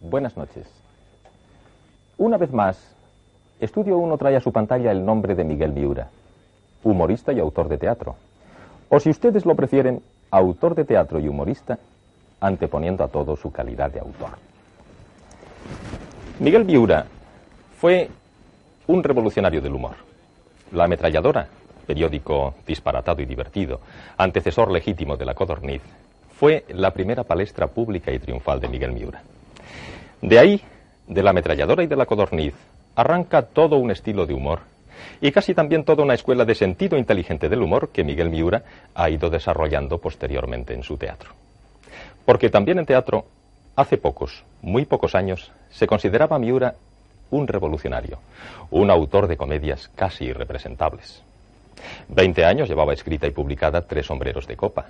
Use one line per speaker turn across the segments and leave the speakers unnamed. Buenas noches. Una vez más, Estudio 1 trae a su pantalla el nombre de Miguel Miura, humorista y autor de teatro. O si ustedes lo prefieren, autor de teatro y humorista, anteponiendo a todo su calidad de autor. Miguel Miura fue un revolucionario del humor. La ametralladora, periódico disparatado y divertido, antecesor legítimo de la Codorniz, fue la primera palestra pública y triunfal de Miguel Miura. De ahí, de la ametralladora y de la Codorniz, arranca todo un estilo de humor y casi también toda una escuela de sentido inteligente del humor que Miguel Miura ha ido desarrollando posteriormente en su teatro. Porque también en teatro, hace pocos, muy pocos años, se consideraba Miura un revolucionario, un autor de comedias casi irrepresentables. Veinte años llevaba escrita y publicada Tres sombreros de copa,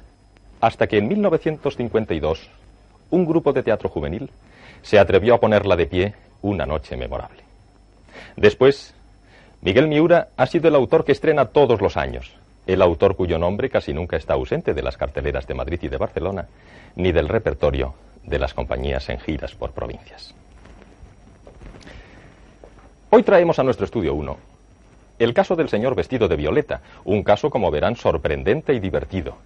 hasta que en 1952 un grupo de teatro juvenil se atrevió a ponerla de pie una noche memorable. Después, Miguel Miura ha sido el autor que estrena todos los años, el autor cuyo nombre casi nunca está ausente de las carteleras de Madrid y de Barcelona, ni del repertorio de las compañías en giras por provincias. Hoy traemos a nuestro estudio 1 el caso del señor vestido de violeta, un caso, como verán, sorprendente y divertido.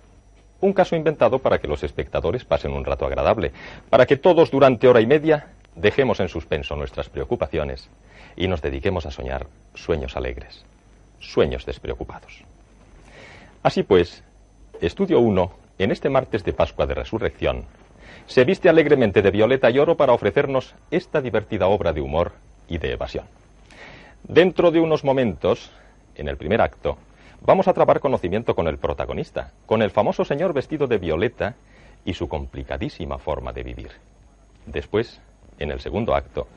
Un caso inventado para que los espectadores pasen un rato agradable, para que todos durante hora y media dejemos en suspenso nuestras preocupaciones y nos dediquemos a soñar sueños alegres, sueños despreocupados. Así pues, Estudio 1, en este martes de Pascua de Resurrección, se viste alegremente de violeta y oro para ofrecernos esta divertida obra de humor y de evasión. Dentro de unos momentos, en el primer acto, vamos a trabar conocimiento con el protagonista, con el famoso señor vestido de violeta y su complicadísima forma de vivir. Después, en el segundo acto,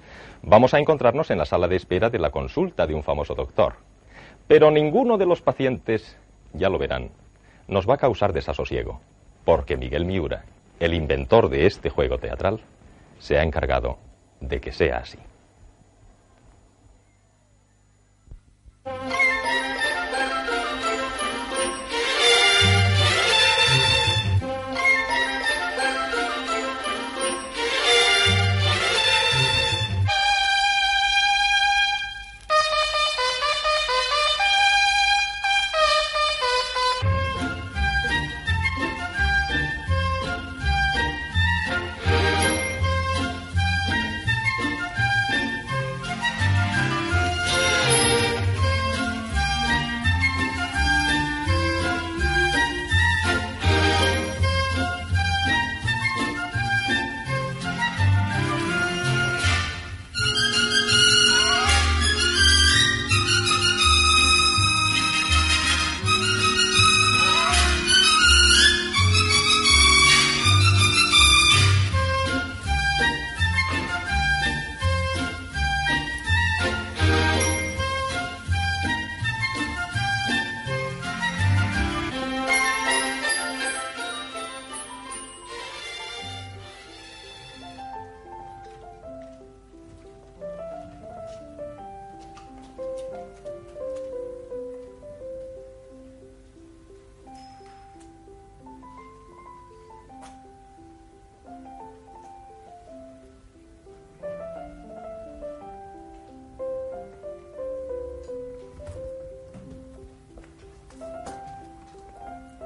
vamos a encontrarnos en la sala de espera de la consulta de un famoso doctor. Pero ninguno de los pacientes, ya lo verán, nos va a causar desasosiego, porque Miguel Miura, el inventor de este juego teatral, se ha encargado de que sea así.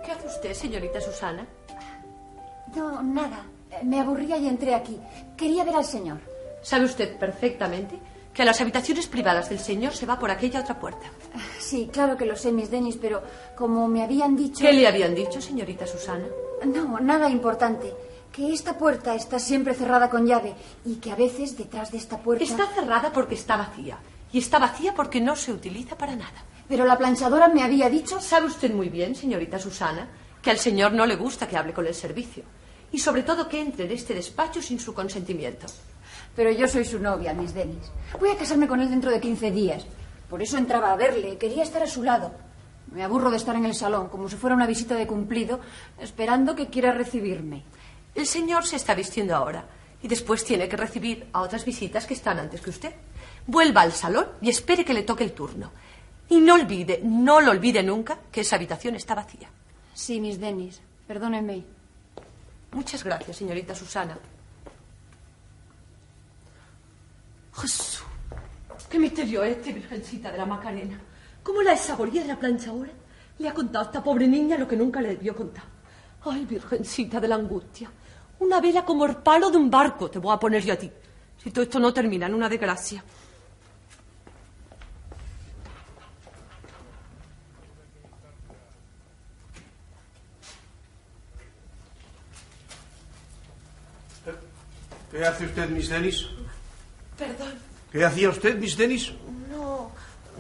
¿Qué hace usted, señorita Susana?
No, nada. Me aburría y entré aquí. Quería ver al señor.
Sabe usted perfectamente que a las habitaciones privadas del señor se va por aquella otra puerta.
Sí, claro que lo sé, mis Denis, pero como me habían dicho...
¿Qué le habían dicho, señorita Susana?
No, nada importante. Que esta puerta está siempre cerrada con llave y que a veces detrás de esta puerta...
Está cerrada porque está vacía. Y está vacía porque no se utiliza para nada.
Pero la planchadora me había dicho...
Sabe usted muy bien, señorita Susana, que al señor no le gusta que hable con el servicio. Y sobre todo que entre en este despacho sin su consentimiento.
Pero yo soy su novia, Miss Dennis. Voy a casarme con él dentro de 15 días. Por eso entraba a verle, quería estar a su lado. Me aburro de estar en el salón, como si fuera una visita de cumplido, esperando que quiera recibirme.
El señor se está vistiendo ahora y después tiene que recibir a otras visitas que están antes que usted. Vuelva al salón y espere que le toque el turno. Y no olvide, no lo olvide nunca, que esa habitación está vacía.
Sí, Miss Dennis, perdóneme.
Muchas gracias, señorita Susana. Jesús, qué misterio este, Virgencita de la Macarena. ¿Cómo la desaboría de la plancha ahora? Le ha contado a esta pobre niña lo que nunca le debió contar. Ay, Virgencita de la angustia. Una vela como el palo de un barco te voy a poner yo a ti. Si todo esto no termina en una desgracia.
¿Qué hace usted, Miss Dennis?
Perdón,
¿Qué hacía usted, Miss Dennis?
no.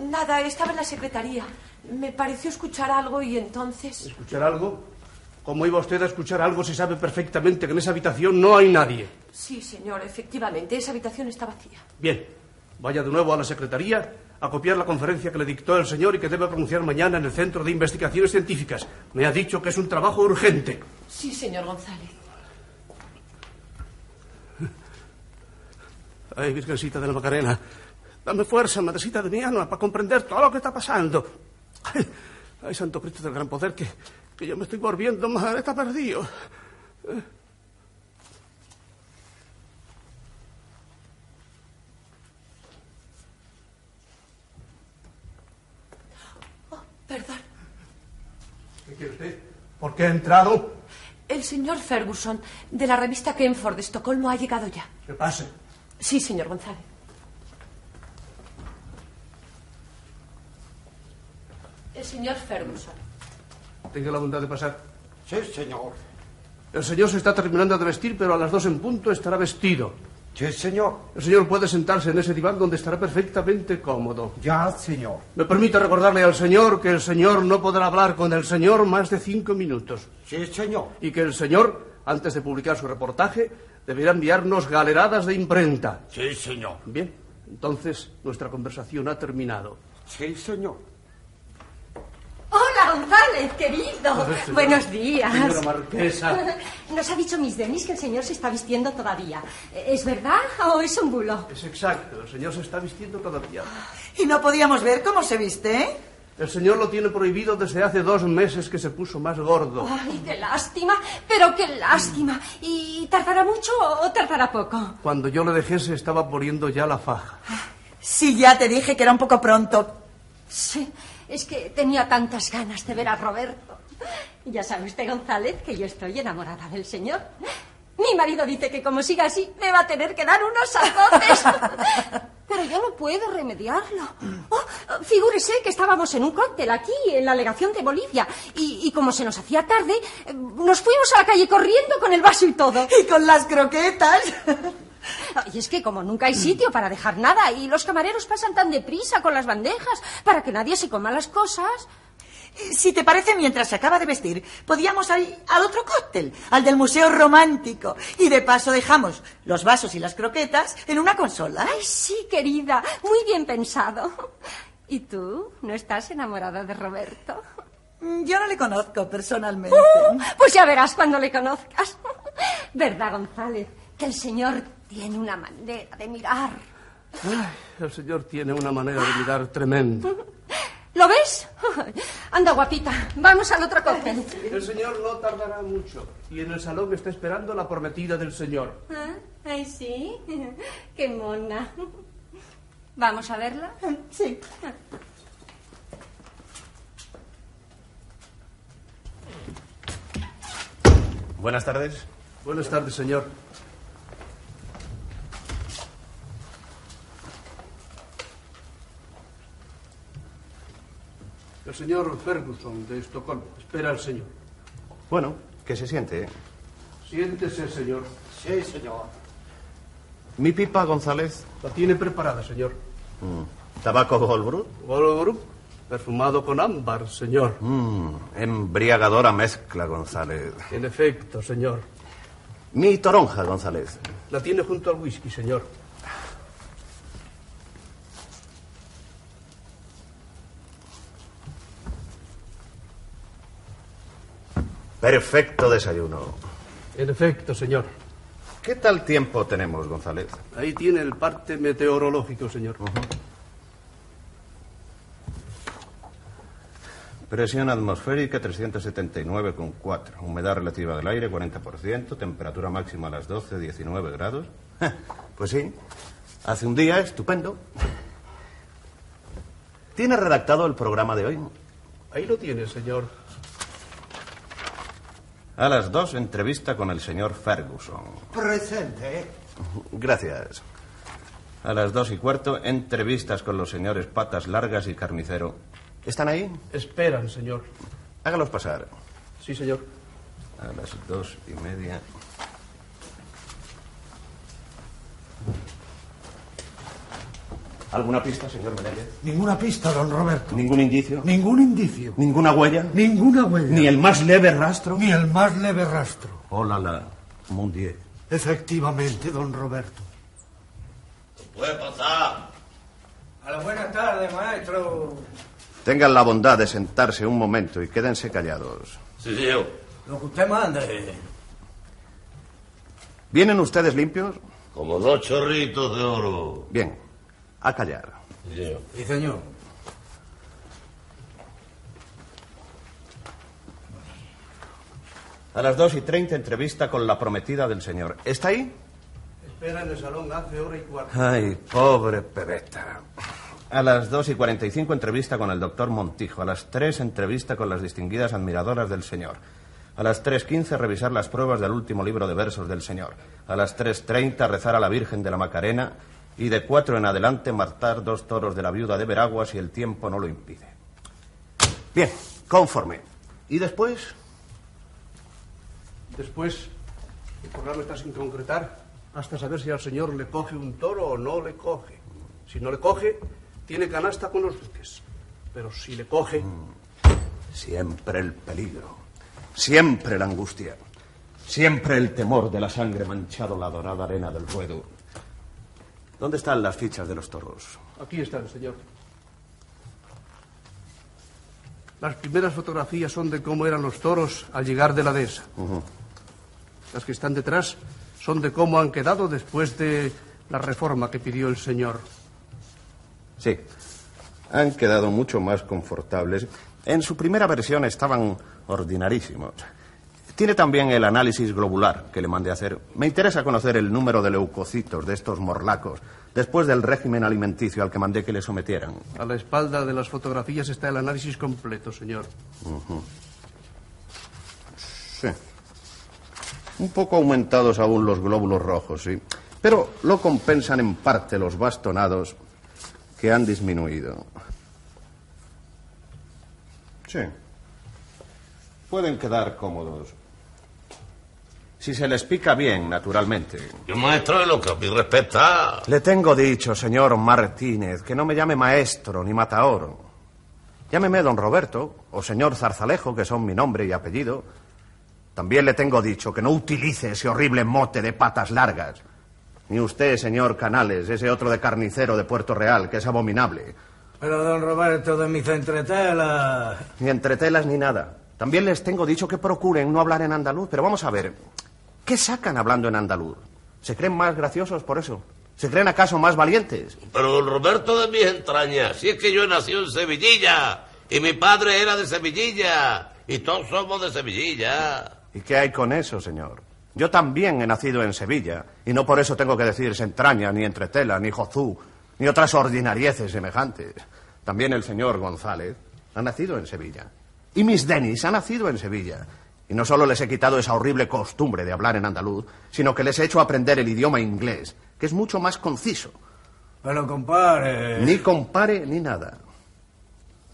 Nada, estaba en la secretaría. Me pareció escuchar algo y entonces.
¿Escuchar algo? Como iba usted a escuchar algo si sabe perfectamente que en esa habitación no hay nadie?
Sí, señor, efectivamente, esa habitación está vacía.
Bien, vaya de nuevo a la secretaría a copiar la conferencia que le dictó el señor y que debe pronunciar mañana en el Centro de Investigaciones Científicas. Me ha dicho que es un trabajo urgente.
Sí, señor González.
Ay, Virgencita de la Macarena, dame fuerza, madrecita de mi alma, para comprender todo lo que está pasando. Ay, ay, Santo Cristo del Gran Poder, que, que yo me estoy volviendo madre, está perdido.
Perdón.
¿Qué quiere usted? ¿Por qué ha entrado?
El señor Ferguson, de la revista Kenford de Estocolmo, ha llegado ya.
Que pase.
Sí, señor González. El señor Ferguson.
Tenga la bondad de pasar.
Sí, señor.
El señor se está terminando de vestir, pero a las dos en punto estará vestido.
Sí, señor.
El señor puede sentarse en ese diván donde estará perfectamente cómodo.
Ya, señor.
Me permite recordarle al señor que el señor no podrá hablar con el señor más de cinco minutos.
Sí, señor.
Y que el señor, antes de publicar su reportaje, deberá enviarnos galeradas de imprenta.
Sí, señor.
Bien, entonces nuestra conversación ha terminado.
Sí, señor.
Hola, González, querido.
Hola, señora.
Buenos días.
Señora marquesa.
Nos ha dicho Miss Dennis que el señor se está vistiendo todavía. ¿Es verdad o es un bulo?
Es exacto, el señor se está vistiendo todavía.
¿Y no podíamos ver cómo se viste? ¿eh?
El señor lo tiene prohibido desde hace dos meses que se puso más gordo.
Ah.
Ay, qué lástima, pero qué lástima. ¿Y tardará mucho o tardará poco?
Cuando yo le dejé se estaba poniendo ya la faja.
Sí, ya te dije que era un poco pronto.
Sí, es que tenía tantas ganas de ver a Roberto. Ya sabe usted, González, que yo estoy enamorada del señor. Mi marido dice que como siga así, me va a tener que dar unos sacotes. Pero yo no puedo remediarlo. Oh, figúrese que estábamos en un cóctel aquí, en la legación de Bolivia. Y, y como se nos hacía tarde, eh, nos fuimos a la calle corriendo con el vaso y todo.
Y con las croquetas.
Y es que como nunca hay sitio para dejar nada y los camareros pasan tan deprisa con las bandejas para que nadie se coma las cosas.
Eh, Si te parece, mientras se acaba de vestir, podíamos ir al otro cóctel, al del Museo Romántico. Y de paso dejamos los vasos y las croquetas en una consola. ¿eh?
Ay, sí, querida, muy bien pensado. ¿Y tú no estás enamorada de Roberto?
Mm, Yo no le conozco personalmente.
Uh, Pues ya verás cuando le conozcas. ¿Verdad, González? Que el señor tiene una manera de mirar.
Ay, el señor tiene una manera de mirar tremenda.
¿Lo ves? Anda, guapita, vamos al otro cóctel.
El señor no tardará mucho. Y en el salón está esperando la prometida del señor.
Ah, Ay, sí. Qué mona. Vamos a verla.
Sí.
Buenas tardes.
Buenas tardes, señor. El señor Ferguson de Estocolmo. Espera al señor.
Bueno, ¿qué se
¿eh?
siente?
Siéntese, señor.
Sí, señor.
Mi pipa González,
La tiene preparada, señor.
mm,
tabaco Goldbrut.
Goldbrook, Perfumado con ámbar, señor.
Mm, embriagadora mezcla, González.
En efecto, señor.
Mi toronja, González.
La tiene junto al whisky, señor.
Perfecto desayuno.
En efecto, señor.
¿Qué tal tiempo tenemos, González?
Ahí tiene el parte meteorológico, señor.
Presión atmosférica 379,4. Humedad relativa del aire 40%. Temperatura máxima a las 12, 19 grados. Pues sí. Hace un día, estupendo. ¿Tiene redactado el programa de hoy?
Ahí lo tiene, señor.
A las 2, entrevista con el señor Ferguson.
Presente. ¿eh?
Gracias. A las dos y cuarto, entrevistas con los señores Patas Largas y Carnicero. ¿Están ahí?
Esperan, señor.
Hágalos pasar.
Sí, señor.
A las dos y media. ¿Alguna pista, señor Menéndez?
Ninguna pista, don Roberto.
¿Ningún indicio?
Ningún indicio.
¿Ninguna huella?
Ninguna huella.
¿Ni el más leve rastro?
Ni el más leve rastro.
Hola, la. Mon Dieu.
Efectivamente, don Roberto.
Puede pasar.
A la buena tarde, maestro.
Tengan la bondad de sentarse un momento y quédense callados.
Sí, señor.
Lo que usted mande.
¿Vienen ustedes limpios?
Como dos chorritos de oro.
Bien. A callar.
Sí, señor.
Sí, señor.
A las 2 y 30, entrevista con la prometida del señor. ¿Está ahí?
Espera en el salón hace hora y cuarto.
Ay, pobre pebeta. A las 2 y 45, entrevista con el doctor Montijo. A las 3, entrevista con las distinguidas admiradoras del señor. A las 3.15, revisar las pruebas del último libro de versos del señor. A las 3.30, rezar a la Virgen de la Macarena. Y de 4 en adelante, matar dos toros de la viuda de Veragua si el tiempo no lo impide. Bien, conforme. ¿Y después?
Después, el programa está sin concretar hasta saber si al señor le coge un toro o no le coge. Si no le coge, tiene canasta con los duques. Pero si le coge,
Siempre el peligro, siempre la angustia, siempre el temor de la sangre manchado la dorada arena del ruedo. ¿Dónde están las fichas de los toros?
aquí están, señor. Las primeras fotografías son de cómo eran los toros al llegar de la dehesa. Las que están detrás son de cómo han quedado después de la reforma que pidió el señor.
Sí, han quedado mucho más confortables. En su primera versión estaban ordinarísimos. Tiene también el análisis globular que le mandé a hacer. Me interesa conocer el número de leucocitos de estos morlacos después del régimen alimenticio al que mandé que le sometieran.
A la espalda de las fotografías está el análisis completo, señor.
Sí. Un poco aumentados aún los glóbulos rojos, sí. Pero lo compensan en parte los bastonados que han disminuido. Sí. Pueden quedar cómodos. Si se les pica bien, naturalmente.
Yo, maestro, de lo que a mí respecta.
Le tengo dicho, señor Martínez, que no me llame maestro ni mataoro. Llámeme don Roberto o señor Zarzalejo, que son mi nombre y apellido. También le tengo dicho que no utilice ese horrible mote de patas largas. Ni usted, señor Canales, ese otro de carnicero de Puerto Real, que es abominable.
Pero don Roberto de mis entretelas.
Ni entretelas ni nada. También les tengo dicho que procuren no hablar en andaluz, pero vamos a ver. ¿Qué sacan hablando en andaluz? ¿Se creen más graciosos por eso? ¿Se creen acaso más valientes?
Pero don Roberto de mis entrañas. Si es que yo nací en Sevillilla. Y mi padre era de Sevillilla. Y todos somos de Sevillilla.
¿Y qué hay con eso, señor? Yo también he nacido en Sevilla, y no por eso tengo que decir se entraña, ni entretela, ni jozú, ni otras ordinarieces semejantes. También el señor González ha nacido en Sevilla. Y Miss Dennis ha nacido en Sevilla. Y no solo les he quitado esa horrible costumbre de hablar en andaluz, sino que les he hecho aprender el idioma inglés, que es mucho más conciso.
Pero compare.
Ni compare ni nada.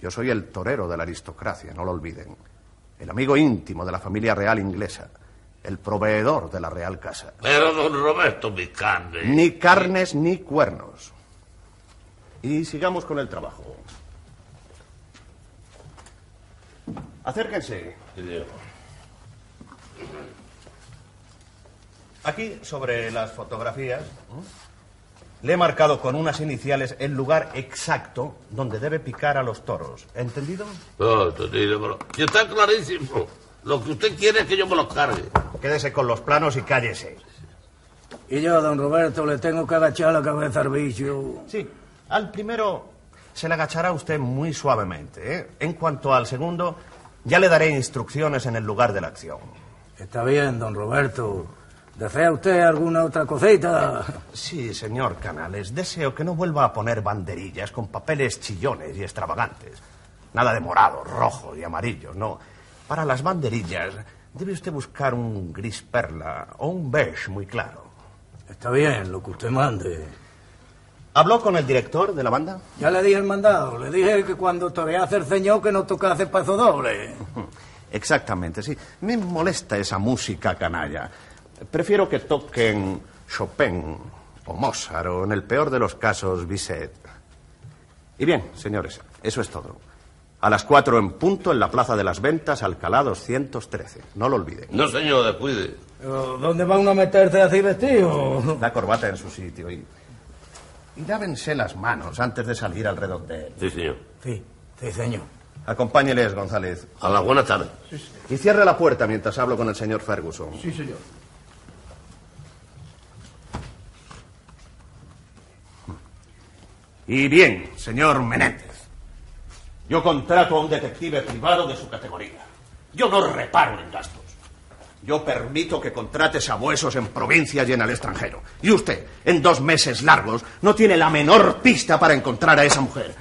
Yo soy el torero de la aristocracia, no lo olviden. El amigo íntimo de la familia real inglesa. El proveedor de la real casa.
Pero don Roberto, mi carne.
Ni carnes ni cuernos. Y sigamos con el trabajo. Acérquense. Aquí, sobre las fotografías, le he marcado con unas iniciales el lugar exacto donde debe picar a los toros. ¿Entendido?
Oh, Tonino, pero- Y está clarísimo. Lo que usted quiere es que yo me los cargue.
Quédese con los planos y cállese.
Y yo, don Roberto, le tengo que agachar la cabeza al bicho.
Sí, al primero se le agachará usted muy suavemente. ¿eh? En cuanto al segundo, ya le daré instrucciones en el lugar de la acción.
Está bien, don Roberto. ¿Desea usted alguna otra cosita?
Sí, señor Canales. Deseo que no vuelva a poner banderillas con papeles chillones y extravagantes. Nada de morados, rojos y amarillos, no. Para las banderillas debe usted buscar un gris perla o un beige muy claro.
Está bien, lo que usted mande.
¿Habló con el director de la banda?
Ya le dije el mandado. Le dije que cuando torease el señor que no tocase paso doble.
Exactamente, sí. Me molesta esa música canalla. Prefiero que toquen Chopin o Mozart o, en el peor de los casos, Bizet. Y bien, señores, eso es todo. A las cuatro en punto en la Plaza de las Ventas, Alcalá 213. No lo olviden.
No, señor, descuide.
¿Dónde va uno a meterse así vestido?
La corbata en su sitio y... Y lávense las manos antes de salir al redondel.
Sí, señor.
Sí, sí, señor.
Acompáñeles, González.
A la buena tarde.
Y cierre la puerta mientras hablo con el señor Ferguson.
Sí, señor.
Y bien, señor Menéndez. Yo contrato a un detective privado de su categoría. Yo no reparo en gastos. Yo permito que contrates a huesos en provincias y en el extranjero. Y usted, en dos meses largos, no tiene la menor pista para encontrar a esa mujer.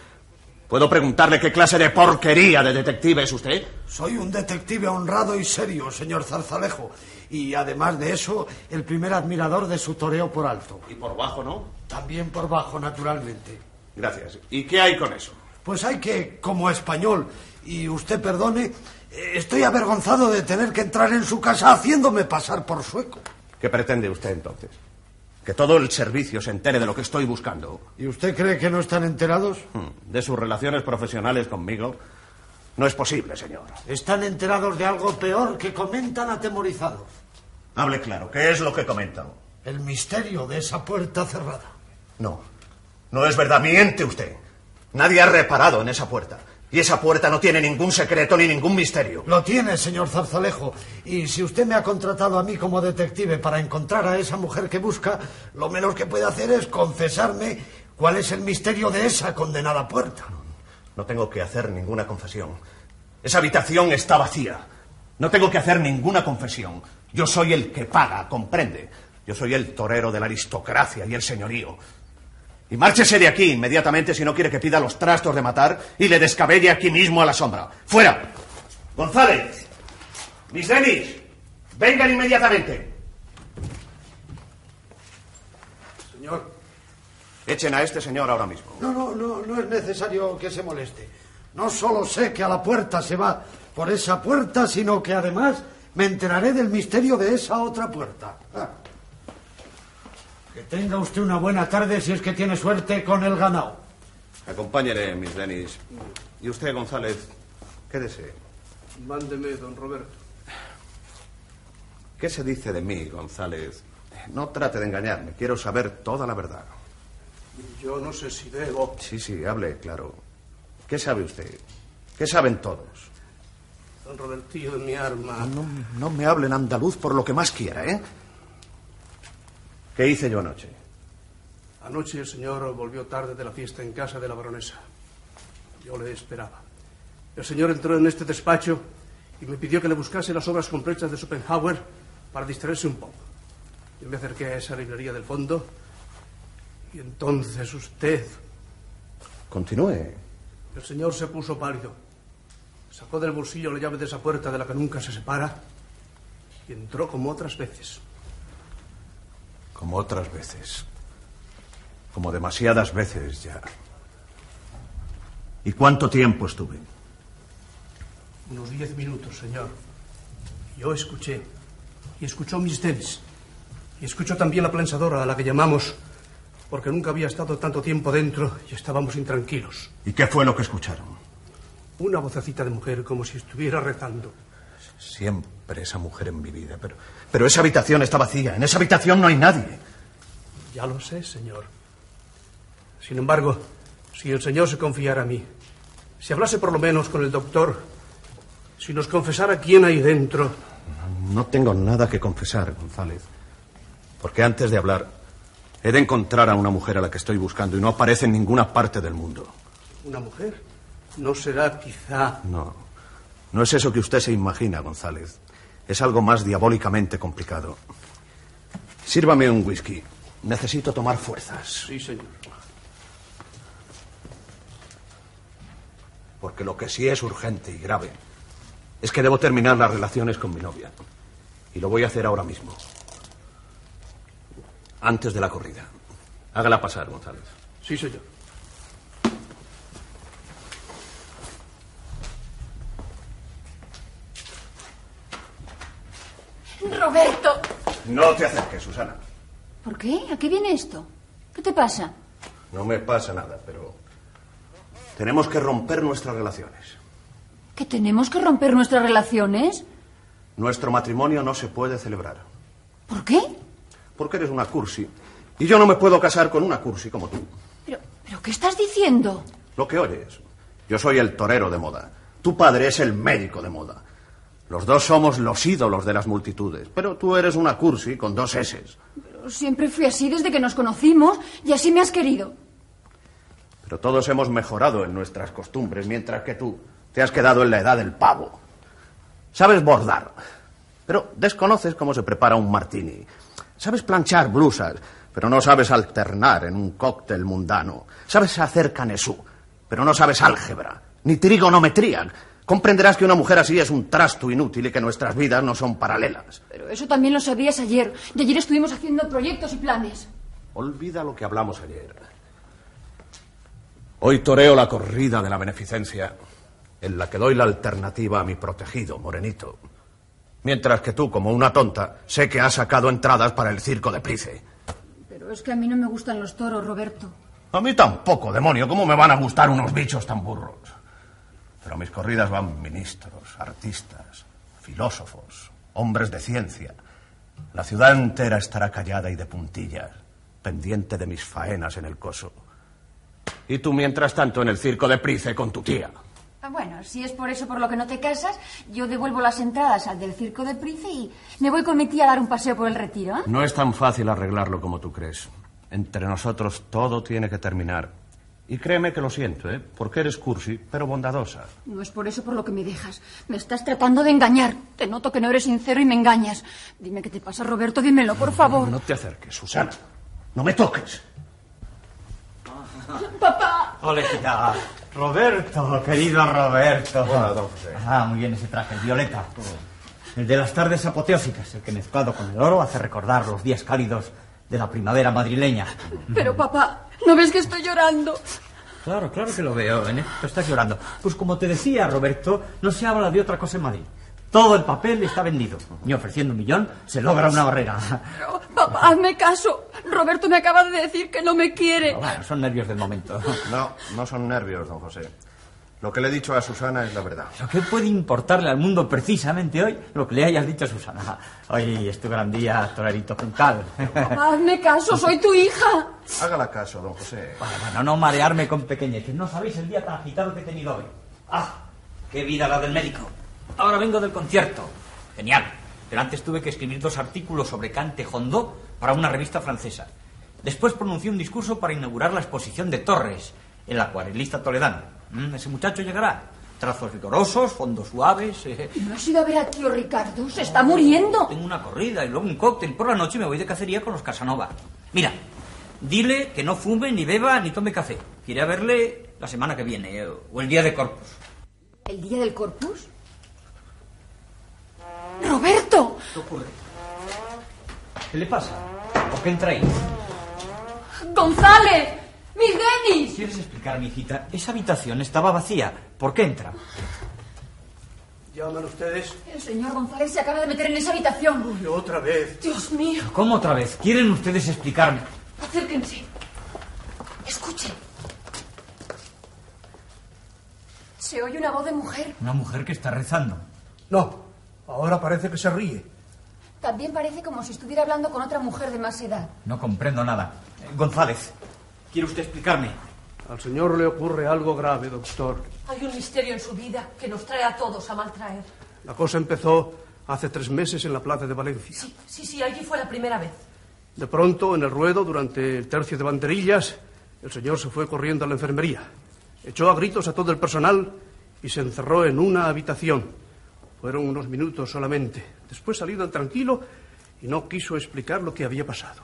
¿Puedo preguntarle qué clase de porquería de detective es usted?
Soy un detective honrado y serio, señor Zarzalejo. Y además de eso, el primer admirador de su toreo por alto.
Y por bajo, ¿no?
También por bajo, naturalmente.
Gracias. ¿Y qué hay con eso?
Pues hay que, como español, y usted perdone, eh, estoy avergonzado de tener que entrar en su casa haciéndome pasar por sueco.
¿Qué pretende usted entonces? Que todo el servicio se entere de lo que estoy buscando. Hmm,
¿Y usted cree que no están enterados?
¿De sus relaciones profesionales conmigo? No es posible, señor.
Están enterados de algo peor que comentan atemorizados.
Hable claro, ¿qué es lo que comentan?
El misterio de esa puerta cerrada.
No, no es verdad, miente usted. Nadie ha reparado en esa puerta. Y esa puerta no tiene ningún secreto ni ningún misterio.
Lo tiene, señor Zarzalejo. Y si usted me ha contratado a mí como detective para encontrar a esa mujer que busca, lo menos que puede hacer es confesarme cuál es el misterio de esa condenada puerta.
No tengo que hacer ninguna confesión. Esa habitación está vacía. No tengo que hacer ninguna confesión. Yo soy el que paga, comprende. Yo soy el torero de la aristocracia y el señorío. Y márchese de aquí inmediatamente si no quiere que pida los trastos de matar y le descabelle aquí mismo a la sombra. ¡Fuera! González, mis denis, vengan inmediatamente.
Señor.
Echen a este señor ahora mismo.
No, no, no, no es necesario que se moleste. No solo sé que a la puerta se va por esa puerta, sino que además me enteraré del misterio de esa otra puerta. Ah. Que tenga usted una buena tarde si es que tiene suerte con el ganado.
Acompáñele, mis denis. Y usted, González, quédese.
Mándeme, don Roberto.
¿Qué se dice de mí, González? No trate de engañarme. Quiero saber toda la verdad.
Yo no sé si debo.
Sí, sí, hable, claro. ¿Qué sabe usted? ¿Qué saben todos?
Don Robertillo de mi arma.
Ah, No, no me hablen andaluz por lo que más quiera, ¿eh? ¿Qué hice yo anoche?
Anoche el señor volvió tarde de la fiesta en casa de la baronesa. Yo le esperaba. El señor entró en este despacho y me pidió que le buscase las obras completas de Schopenhauer para distraerse un poco. Yo me acerqué a esa librería del fondo y entonces usted,
Continúe.
el señor se puso pálido. Sacó del bolsillo la llave de esa puerta de la que nunca se separa y entró como otras veces.
Como otras veces. Como demasiadas veces ya. ¿Y cuánto tiempo estuve?
Unos diez minutos, señor. Yo escuché. Y escuchó mis tenis. Y escuchó también la plansadora a la que llamamos, porque nunca había estado tanto tiempo dentro y estábamos intranquilos.
¿Y qué fue lo que escucharon?
Una vocecita de mujer como si estuviera rezando.
Siempre esa mujer en mi vida, pero. Pero esa habitación está vacía. En esa habitación no hay nadie.
Ya lo sé, señor. Sin embargo, si el señor se confiara a mí, si hablase por lo menos con el doctor, si nos confesara quién hay dentro,
No tengo nada que confesar, González. Porque antes de hablar, he de encontrar a una mujer a la que estoy buscando y no aparece en ninguna parte del mundo.
una mujer, no será quizá...
No. No es eso que usted se imagina, González. Es algo más diabólicamente complicado. Sírvame un whisky. Necesito tomar fuerzas.
Sí, señor.
Porque lo que sí es urgente y grave es que debo terminar las relaciones con mi novia. Y lo voy a hacer ahora mismo. Antes de la corrida. Hágala pasar, González.
Sí, señor.
Roberto.
No te acerques, Susana.
¿Por qué? ¿A qué viene esto? ¿Qué te pasa?
No me pasa nada, pero tenemos que romper nuestras relaciones.
¿Que tenemos que romper nuestras relaciones?
Nuestro matrimonio no se puede celebrar.
¿Por qué?
Porque eres una cursi. Y yo no me puedo casar con una cursi como tú.
¿Pero qué estás diciendo?
Lo que oyes. Yo soy el torero de moda. Tu padre es el médico de moda. Los dos somos los ídolos de las multitudes. Pero tú eres una cursi con dos S.
Pero Siempre fui así desde que nos conocimos y así me has querido.
Pero todos hemos mejorado en nuestras costumbres, mientras que tú te has quedado en la edad del pavo. Sabes bordar, pero desconoces cómo se prepara un martini. Sabes planchar blusas, pero no sabes alternar en un cóctel mundano. Sabes hacer canesú, pero no sabes álgebra, ni trigonometría. Comprenderás que una mujer así es un trasto inútil y que nuestras vidas no son paralelas.
Pero eso también lo sabías ayer. Y ayer estuvimos haciendo proyectos y planes.
Olvida lo que hablamos ayer. Hoy toreo la corrida de la beneficencia, en la que doy la alternativa a mi protegido, Morenito. Mientras que tú, como una tonta, sé que has sacado entradas para el circo de Price.
Pero es que a mí no me gustan los toros, Roberto.
A mí tampoco, demonio, ¿cómo me van a gustar unos bichos tan burros? Pero a mis corridas van ministros, artistas, filósofos, hombres de ciencia. La ciudad entera estará callada y de puntillas, pendiente de mis faenas en el coso. Y tú, mientras tanto, en el circo de Price con tu tía.
Ah, Bueno, si es por eso por lo que no te casas, yo devuelvo las entradas al del circo de Price y me voy con mi tía a dar un paseo por el retiro. ¿eh?
No es tan fácil arreglarlo como tú crees. Entre nosotros todo tiene que terminar. Y créeme que lo siento, ¿eh? Porque eres cursi, pero bondadosa.
No es por eso por lo que me dejas. Me estás tratando de engañar. Te noto que no eres sincero y me engañas. Dime qué te pasa, Roberto, dímelo, por favor.
No te acerques, Susana. No me toques.
Papá.
Hola, Roberto, querido Roberto. Ah, muy bien ese traje, el violeta. El de las tardes apoteósicas, el que mezclado con el oro hace recordar los días cálidos de la primavera madrileña.
Pero papá, ¿no ves que estoy llorando?
Claro, claro que lo veo, ¿eh? en efecto, estás llorando. Pues como te decía, Roberto, no se habla de otra cosa en Madrid. Todo el papel está vendido. Y ofreciendo un millón se logra una barrera.
Pero, papá, hazme caso. Roberto me acaba de decir que no me quiere.
eh.
Bueno, son nervios del momento.
No, no son nervios, don José. Lo que le he dicho a Susana es la verdad.
¿Pero qué puede importarle al mundo precisamente hoy lo que le hayas dicho a Susana? Hoy es tu gran día, torerito juncal.
Papá, hazme caso, soy tu hija.
Hágala caso, don José.
Bueno, no marearme con pequeñeces. No sabéis el día tan agitado que he tenido hoy. ¡Ah! ¡Qué vida la del médico! Ahora vengo del concierto. Genial. Pero antes tuve que escribir dos artículos sobre Cante Hondo para una revista francesa. Después pronuncié un discurso para inaugurar la exposición de Torres, el acuarelista toledano. Mm, Ese muchacho llegará. Trazos rigorosos, fondos suaves. eh,
¿No has ido a ver a tío Ricardo? Se está muriendo.
tengo una corrida y luego un cóctel por la noche y me voy de cacería con los Casanova. Mira, dile que no fume, ni beba, ni tome café. Iré a verle la semana que viene eh, o el día de Corpus.
¿El día del corpus? ¡Roberto!
¿Qué ocurre? ¿Qué le pasa? ¿Por qué entra ahí?
¡González! ¡Mis denis!
¿Quieres explicar, mi hijita? Esa habitación estaba vacía. ¿Por qué entra?
Llaman ustedes.
El señor González se acaba de meter en esa habitación.
Uy, otra vez.
Dios mío.
¿Cómo otra vez? ¿Quieren ustedes explicarme?
Acérquense. Escuchen. Se Se oye una voz de mujer.
Una mujer que está rezando.
No, ahora parece que se ríe.
También parece como si estuviera hablando con otra mujer de más edad.
No comprendo nada. Eh, González, ¿quiere usted explicarme?
Al señor le ocurre algo grave, doctor.
Hay un misterio en su vida que nos trae a todos a maltraer.
La cosa empezó hace tres meses en la plaza de Valencia.
Sí, sí, allí fue la primera vez.
De pronto, en el ruedo, durante el tercio de banderillas, el señor se fue corriendo a la enfermería. Echó a gritos a todo el personal y se encerró en una habitación. Fueron unos minutos solamente. Después salió tan tranquilo y no quiso explicar lo que había pasado.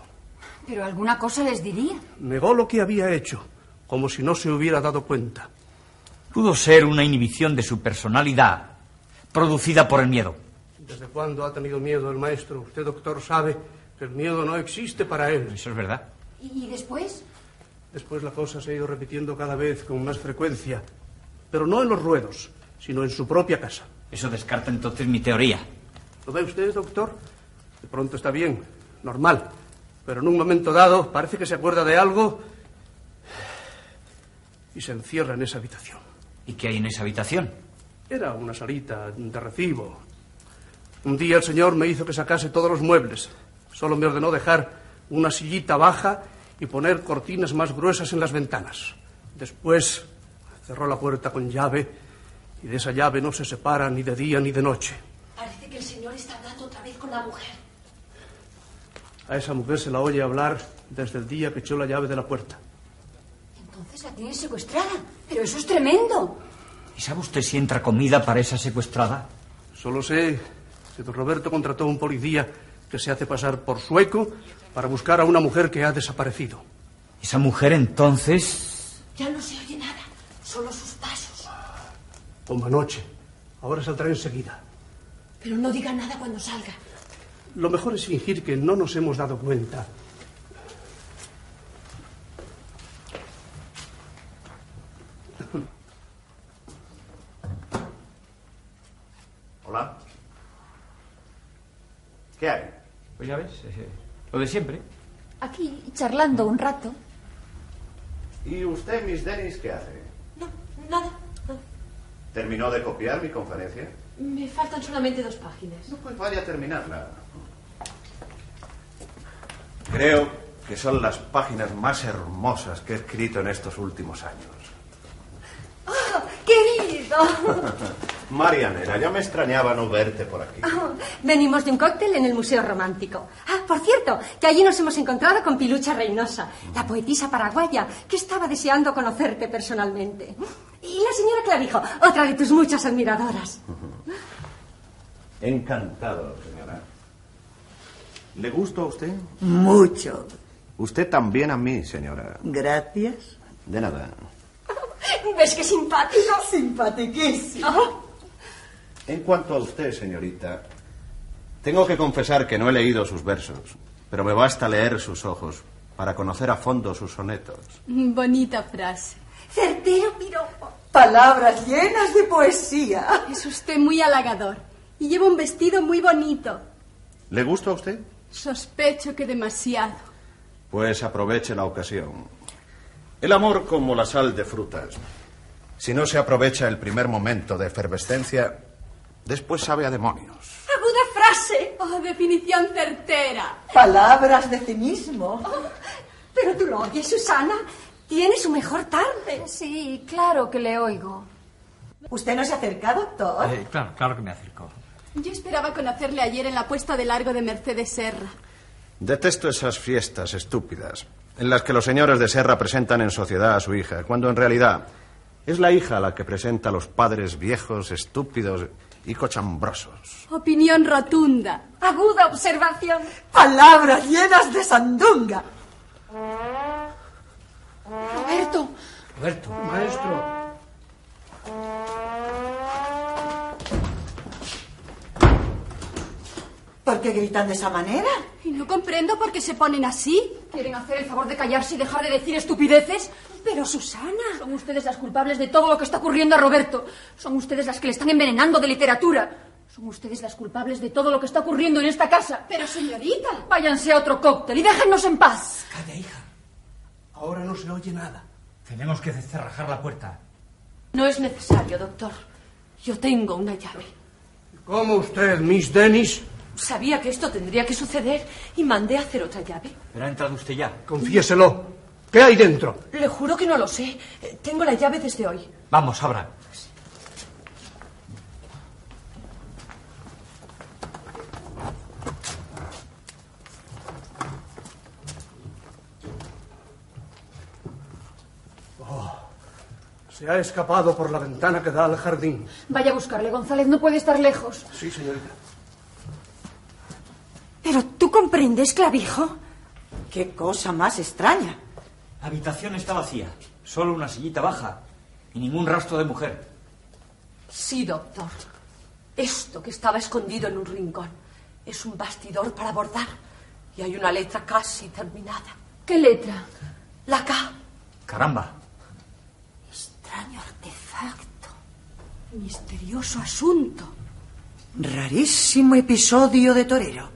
Pero alguna cosa les diría.
Negó lo que había hecho, como si no se hubiera dado cuenta.
Pudo ser una inhibición de su personalidad producida por el miedo.
¿Desde cuándo ha tenido miedo el maestro? Usted, doctor, sabe que el miedo no existe para él.
Eso es verdad.
¿Y, y después?
Después la cosa se ha ido repitiendo cada vez con más frecuencia, pero no en los ruedos, sino en su propia casa.
Eso descarta entonces mi teoría.
¿Lo ve usted, doctor? De pronto está bien, normal, pero en un momento dado parece que se acuerda de algo y se encierra en esa habitación.
¿Y qué hay en esa habitación?
Era una salita de recibo. Un día el señor me hizo que sacase todos los muebles. Solo me ordenó dejar una sillita baja y poner cortinas más gruesas en las ventanas. Después cerró la puerta con llave y de esa llave no se separa ni de día ni de noche.
Parece que el señor está hablando otra vez con la mujer.
A esa mujer se la oye hablar desde el día que echó la llave de la puerta.
Entonces la tienen secuestrada. Pero eso es tremendo.
¿Y sabe usted si entra comida para esa secuestrada?
Solo sé que don Roberto contrató a un policía que se hace pasar por sueco para buscar a una mujer que ha desaparecido.
Esa mujer entonces...
Ya no se oye nada, solo sus pasos.
Toma noche. Ahora saldrá enseguida.
Pero no diga nada cuando salga.
Lo mejor es fingir que no nos hemos dado cuenta.
Hola. ¿Qué hay?
Pues ya ves, eh, lo de siempre.
Aquí, charlando un rato.
¿Y usted, Miss Dennis, qué hace?
Nada,
¿Terminó de copiar mi conferencia?
me faltan solamente dos páginas.
No, pues vaya a terminarla. Creo que son las páginas más hermosas que he escrito en estos últimos años.
¡Oh, querido!
Marianera, ya me extrañaba no verte por aquí.
Venimos de un cóctel en el Museo Romántico. Ah, por cierto, que allí nos hemos encontrado con Pilucha Reynosa, la poetisa paraguaya, que estaba deseando conocerte personalmente. Y la señora Clavijo, otra de tus muchas admiradoras.
Encantado, señora. ¿Le gusto a usted?
Mucho.
Usted también a mí, señora.
Gracias.
De nada.
¿Ves qué simpático?
Simpatiquísimo.
En cuanto a usted, señorita, tengo que confesar que no he leído sus versos, pero me basta leer sus ojos para conocer a fondo sus sonetos.
Bonita frase.
Certero piropo.
Palabras llenas de poesía. Es usted muy halagador. Y lleva un vestido muy bonito.
¿Le gusta a usted?
Sospecho que demasiado.
Pues aproveche la ocasión. El amor como la sal de frutas. Si no se aprovecha el primer momento de efervescencia, después sabe a demonio.
Aguda frase. Oh, definición certera.
Palabras de cinismo.
Pero tú lo oyes, Susana. Tiene su mejor tarde.
Sí, claro que le oigo.
¿Usted no se acerca, doctor?
Eh, claro, claro que me acerco.
Yo esperaba conocerle ayer en la puesta de largo de Mercedes Serra.
Detesto esas fiestas estúpidas en las que los señores de Serra presentan en sociedad a su hija, cuando en realidad es la hija la que presenta a los padres viejos, estúpidos y cochambrosos.
Opinión rotunda.
Aguda observación.
Palabras llenas de sandunga.
Roberto.
Roberto.
Maestro.
¿Por qué gritan de esa manera?
Y no comprendo por qué se ponen así.
¿Quieren hacer el favor de callarse y dejar de decir estupideces?
Pero Susana.
Son ustedes las culpables de todo lo que está ocurriendo a Roberto. Son ustedes las que le están envenenando de literatura. Son ustedes las culpables de todo lo que está ocurriendo en esta casa.
Pero señorita.
Váyanse a otro cóctel y déjennos en paz.
Calla, hija.
Ahora no se oye nada.
Tenemos que cerrajar la puerta.
No es necesario, doctor. Yo tengo una llave.
¿Cómo usted, Miss Dennis?
Sabía que esto tendría que suceder y mandé a hacer otra llave.
Pero ha entrado usted ya.
Confiéselo. ¿Qué hay dentro?
Le juro que no lo sé. Eh, Tengo la llave desde hoy.
Vamos, abra.
Oh, Se ha escapado por la ventana que da al jardín.
Vaya a buscarle, González. No puede estar lejos.
Sí, señorita.
Pero tú comprendes, clavijo.
Qué cosa más extraña.
La habitación está vacía. Solo una sillita baja. Y ningún rastro de mujer.
Sí, doctor. Esto que estaba escondido en un rincón es un bastidor para bordar. Y hay una letra casi terminada.
¿Qué letra?
La K.
Caramba.
Extraño artefacto. Misterioso asunto.
Rarísimo episodio de torero.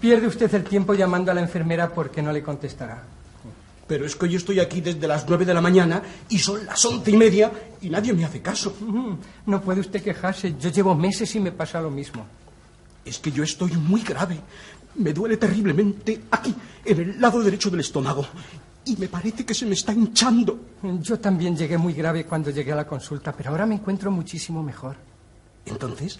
Pierde usted el tiempo llamando a la enfermera porque no le contestará.
Pero es que yo estoy aquí desde las nueve de la mañana y son las once y media y nadie me hace caso.
No puede usted quejarse. Yo llevo meses y me pasa lo mismo.
Es que yo estoy muy grave. Me duele terriblemente aquí, en el lado derecho del estómago. Y me parece que se me está hinchando.
Yo también llegué muy grave cuando llegué a la consulta, pero ahora me encuentro muchísimo mejor.
Entonces,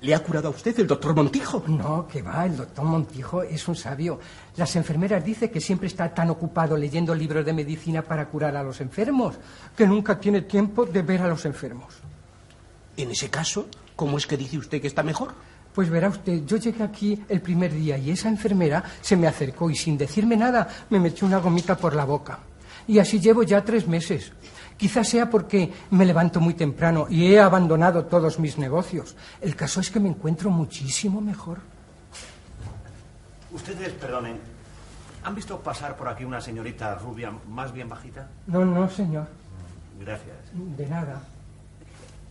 ¿le ha curado a usted el doctor Montijo?
No, que va, el doctor Montijo es un sabio. Las enfermeras dicen que siempre está tan ocupado leyendo libros de medicina para curar a los enfermos, que nunca tiene tiempo de ver a los enfermos.
En ese caso, ¿cómo es que dice usted que está mejor?
Pues verá usted, yo llegué aquí el primer día y esa enfermera se me acercó y sin decirme nada me metió una gomita por la boca. Y así llevo ya tres meses. Quizás sea porque me levanto muy temprano y he abandonado todos mis negocios. El caso es que me encuentro muchísimo mejor.
Ustedes, perdonen, ¿han visto pasar por aquí una señorita rubia más bien bajita?
No, no, señor.
Gracias.
De nada.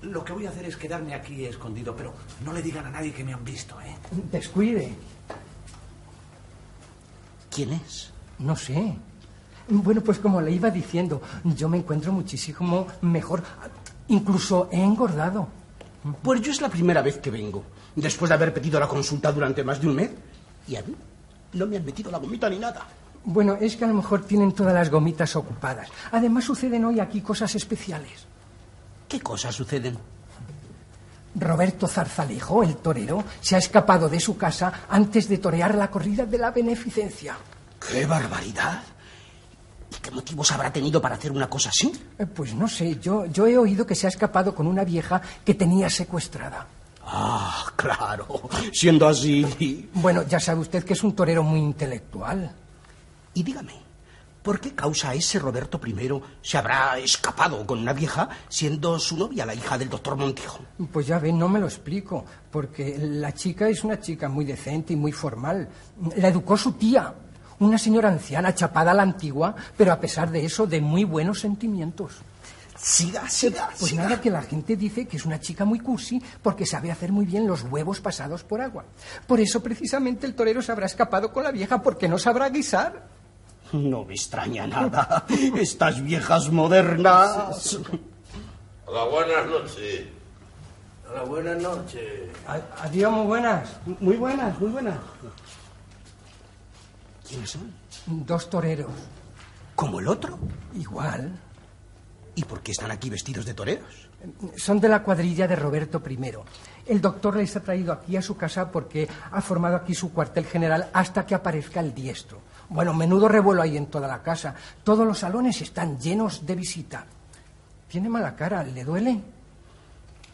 Lo que voy a hacer es quedarme aquí escondido, pero no le digan a nadie que me han visto, ¿eh?
Descuide.
¿Quién es?
No sé. Bueno, pues como le iba diciendo, yo me encuentro muchísimo mejor. Incluso he engordado.
Pues yo es la primera vez que vengo, después de haber pedido la consulta durante más de un mes. Y a mí no me han metido la gomita ni nada.
Bueno, es que a lo mejor tienen todas las gomitas ocupadas. Además suceden hoy aquí cosas especiales.
¿Qué cosas suceden?
Roberto Zarzalejo, el torero, se ha escapado de su casa antes de torear la corrida de la beneficencia.
¡Qué barbaridad! ¿Y qué motivos habrá tenido para hacer una cosa así?
Eh, Pues no sé, yo, yo he oído que se ha escapado con una vieja que tenía secuestrada.
Ah, claro. Siendo así.
Bueno, ya sabe usted que es un torero muy intelectual.
Y dígame, ¿por qué causa ese Roberto I se habrá escapado con una vieja siendo su novia la hija del doctor Montijo?
Pues ya ve, no me lo explico, porque la chica es una chica muy decente y muy formal. La educó su tía, una señora anciana chapada a la antigua, pero a pesar de eso, de muy buenos sentimientos.
Siga, siga,
Pues
siga.
nada, que la gente dice que es una chica muy cursi porque sabe hacer muy bien los huevos pasados por agua. Por eso precisamente el torero se habrá escapado con la vieja porque no sabrá guisar.
No me extraña nada. Estas viejas modernas.
Hola, buenas noches.
Hola, buenas noches.
Adiós, muy buenas.
Muy buenas, muy buenas. ¿Quiénes son?
Dos toreros.
¿Como el otro?
Igual.
¿Y por qué están aquí vestidos de toreros?
Son de la cuadrilla de Roberto I. El doctor les ha traído aquí a su casa porque ha formado aquí su cuartel general hasta que aparezca el diestro. Bueno, menudo revuelo hay en toda la casa. Todos los salones están llenos de visita. Tiene mala cara, ¿le duele?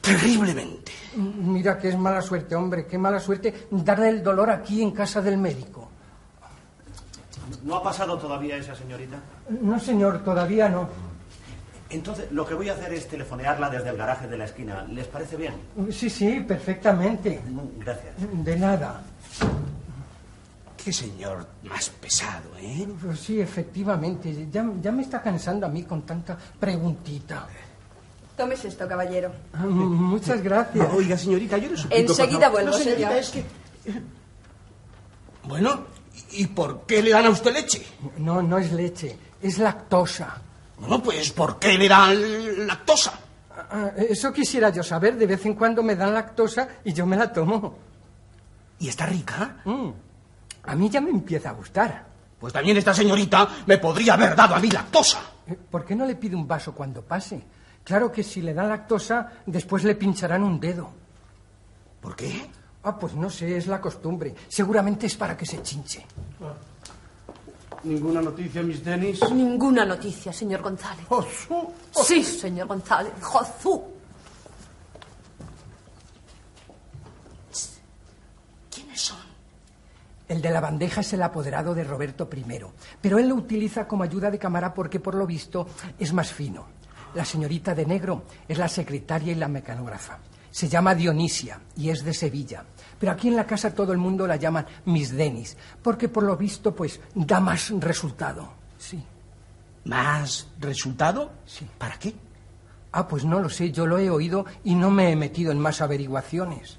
Terriblemente.
Mira que es mala suerte, hombre, qué mala suerte darle el dolor aquí en casa del médico.
¿No ha pasado todavía esa señorita?
No, señor, todavía no.
Entonces, lo que voy a hacer es telefonearla desde el garaje de la esquina. ¿Les parece bien?
Sí, sí, perfectamente.
Gracias.
De nada.
Qué señor más pesado, ¿eh?
Pues sí, efectivamente. Ya, ya me está cansando a mí con tanta preguntita.
Tomes esto, caballero.
Ah, Muchas gracias.
Oiga, señorita, yo le suplico... por
Enseguida
favor-
vuelvo,
No, señorita,
señor.
es que- Bueno, ¿y por qué le dan a usted leche?
No, no es leche, es lactosa.
Bueno, pues ¿por qué le dan lactosa?
Ah, Eso quisiera yo saber. De vez en cuando me dan lactosa y yo me la tomo. Mm.
¿Y está rica?
A mí ya me empieza a gustar.
Pues también esta señorita me podría haber dado a mí lactosa.
Eh, ¿Por qué no le pide un vaso cuando pase? Claro que si le da lactosa, después le pincharán un dedo.
¿Por qué?
Ah, pues no sé, es la costumbre. Seguramente es para que se chinche.
¿Ninguna noticia, Miss Dennis?
Ninguna noticia, señor González. Sí, señor González. Jozú.
¿Quiénes son? El de la bandeja es el apoderado de Roberto I, pero él lo utiliza como ayuda de cámara porque por lo visto es más fino. La señorita de negro es la secretaria y la mecanógrafa. Se llama Dionisia y es de Sevilla. Pero aquí en la casa todo el mundo la llaman Miss Denis, porque por lo visto pues da más resultado. Sí.
¿Más resultado? Sí. ¿Para qué?
Ah, pues no lo sé, yo lo he oído y no me he metido en más averiguaciones.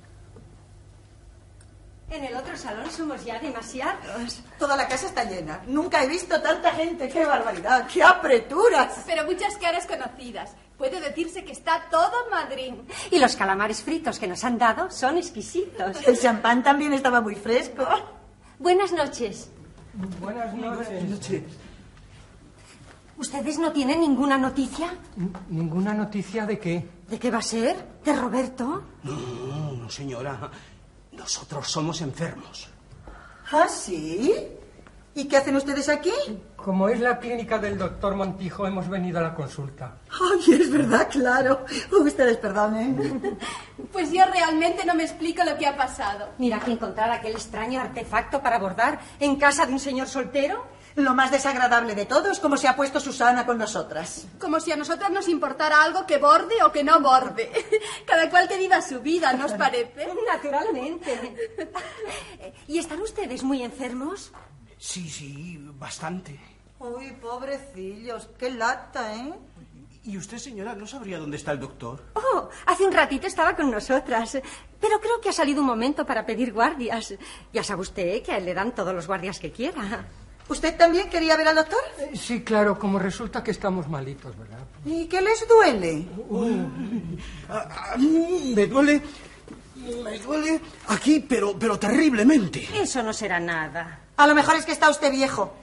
En el otro salón somos ya demasiados.
Toda la casa está llena. Nunca he visto tanta gente. ¡Qué barbaridad! ¡Qué apreturas!
Pero muchas caras conocidas. Puede decirse que está todo Madrid.
Y los calamares fritos que nos han dado son exquisitos. Ah.
El champán también estaba muy fresco.
Buenas noches.
Buenas noches.
¿Ustedes no tienen ninguna noticia?
¿Ninguna noticia de qué?
¿De qué va a ser? ¿De Roberto?
No, no, señora. Nosotros somos enfermos.
¿Ah, sí? ¿Y qué hacen ustedes aquí?
Como es la clínica del doctor Montijo, hemos venido a la consulta.
Ay, es verdad, claro. Ustedes perdonen.
Pues yo realmente no me explico lo que ha pasado.
Mira que encontrar aquel extraño artefacto para abordar en casa de un señor soltero.
Lo más desagradable de todo es cómo se ha puesto Susana con nosotras.
Como si a nosotras nos importara algo que borde o que no borde. Cada cual que viva su vida, ¿no os parece?
Naturalmente. ¿Y están ustedes muy enfermos?
Sí, sí, bastante.
Uy, pobrecillos, qué lata, ¿eh?
¿Y usted, señora, no sabría dónde está el doctor?
Oh, hace un ratito estaba con nosotras, pero creo que ha salido un momento para pedir guardias. Ya sabe usted que a él le dan todos los guardias que quiera.
¿Usted también quería ver al doctor?
Eh, Sí, claro, como resulta que estamos malitos, ¿verdad?
¿Y qué les duele?
A mí me duele. Me duele aquí, pero, pero terriblemente.
Eso no será nada.
A lo mejor es que está usted viejo.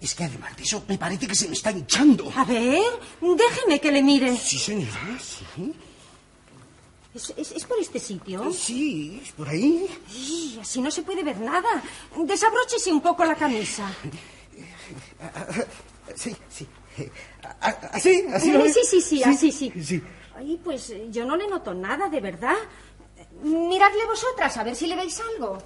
Es que además de eso, me parece que se me está hinchando.
A ver, déjeme que le mire.
Sí, señora, sí.
¿Es, es- es por este sitio?
Sí, es por ahí.
Ay, así no se puede ver nada. Desabróchese un poco la camisa.
Sí, sí. A- a- Así, así.
Eh,
lo ve?
sí, sí, sí, así sí.
Sí.
Ay, pues eh, yo no le noto nada, de verdad. Eh, Miradle vosotras, a ver si le veis algo.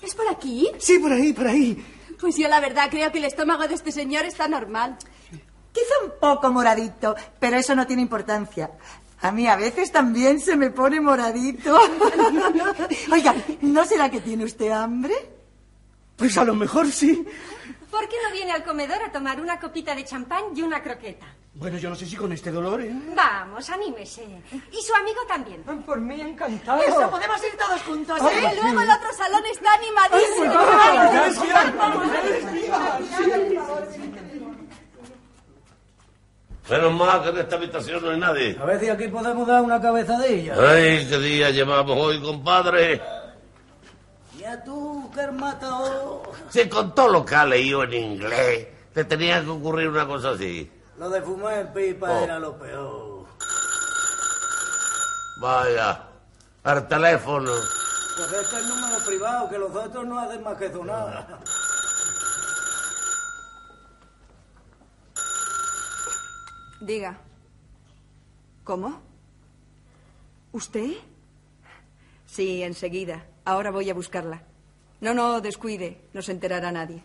¿Es por aquí?
Sí, por ahí, por ahí.
Pues yo la verdad creo que el estómago de este señor está normal.
Quizá un poco moradito, pero eso no tiene importancia. A mí a veces también se me pone moradito. Oiga, ¿no será que tiene usted hambre?
Pues a lo mejor sí.
¿Por qué no viene al comedor a tomar una copita de champán y una croqueta?
Bueno, yo no sé si con este dolor, ¿eh?
Vamos, anímese. Y su amigo también.
Por mí, encantado.
Eso, podemos ir todos juntos,
Sí,
¿eh?
luego el otro salón está animadísimo.
Menos mal que en esta habitación no hay nadie.
A ver si aquí podemos dar una cabezadilla.
Ay, qué día llevamos hoy, compadre.
Ya tú, que has matado.
Si con todo lo que ha leído en inglés, te tenía que ocurrir una cosa así.
Lo de fumar en pipa
Oh.
era lo peor.
Vaya, al teléfono.
Pues este es el número privado, que los otros no hacen más que
Ah.
sonar.
Diga. ¿Cómo?
¿Usted? Sí, enseguida. Ahora voy a buscarla. No, no, descuide. No se enterará nadie.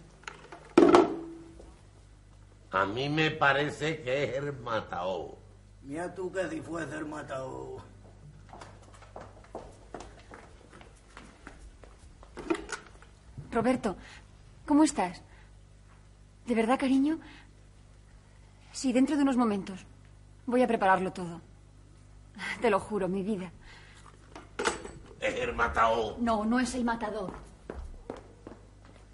A mí me parece que es el Matao.
Mira tú que si fuese el matador.
Roberto, ¿cómo estás? ¿De verdad, cariño? Sí, dentro de unos momentos. Voy a prepararlo todo. Te lo juro, mi vida.
Es el Matao.
No, no es el matador.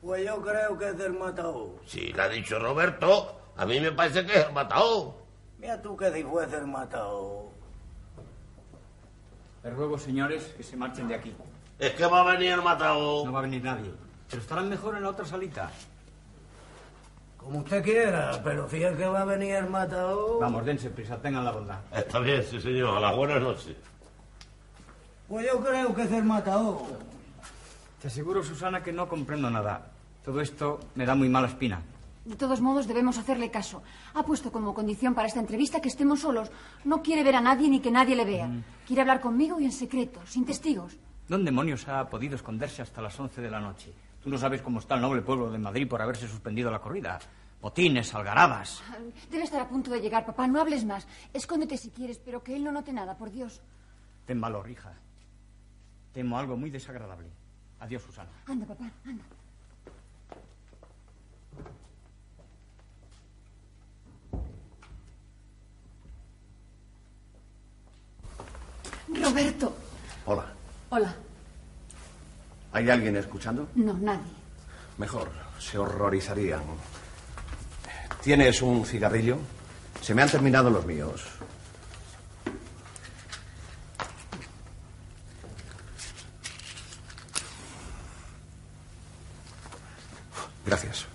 Pues yo creo que es del matador.
Si lo ha dicho Roberto, a mí me parece que es el Matao.
Mira tú que si fuese el matador.
Les ruego, señores, que se marchen de aquí.
Es que va a venir el Matao.
No va a venir nadie. Pero estarán mejor en la otra salita.
Como usted quiera, pero si es que va a venir el matador.
Vamos, dense prisa, tengan la bondad.
Está bien, sí, señor. A las buenas noches.
Pues yo creo que es el matador.
Te aseguro, Susana, que no comprendo nada. Todo esto me da muy mala espina.
De todos modos, debemos hacerle caso. Ha puesto como condición para esta entrevista que estemos solos. No quiere ver a nadie ni que nadie le vea. Quiere hablar conmigo y en secreto, sin testigos.
¿Dónde demonios ha podido esconderse hasta las 11 de la noche? Tú no sabes cómo está el noble pueblo de Madrid por haberse suspendido la corrida. Botines, algarabas.
Debe estar a punto de llegar, papá. No hables más. Escóndete si quieres, pero que él no note nada, por Dios.
Ten valor, hija. Temo algo muy desagradable. Adiós, Susana.
Anda, papá, anda. Roberto.
Hola.
Hola.
¿Hay alguien escuchando?
No, nadie.
Mejor, se horrorizarían. ¿Tienes un cigarrillo? Se me han terminado los míos. Gracias.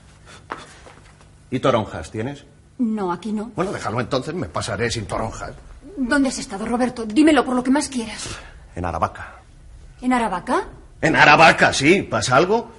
¿Y toronjas tienes?
No, aquí no.
Bueno, déjalo entonces, me pasaré sin toronjas.
¿Dónde has estado, Roberto? Dímelo por lo que más quieras.
En Aravaca.
¿En Aravaca?
En Aravaca, sí. ¿Pasa algo?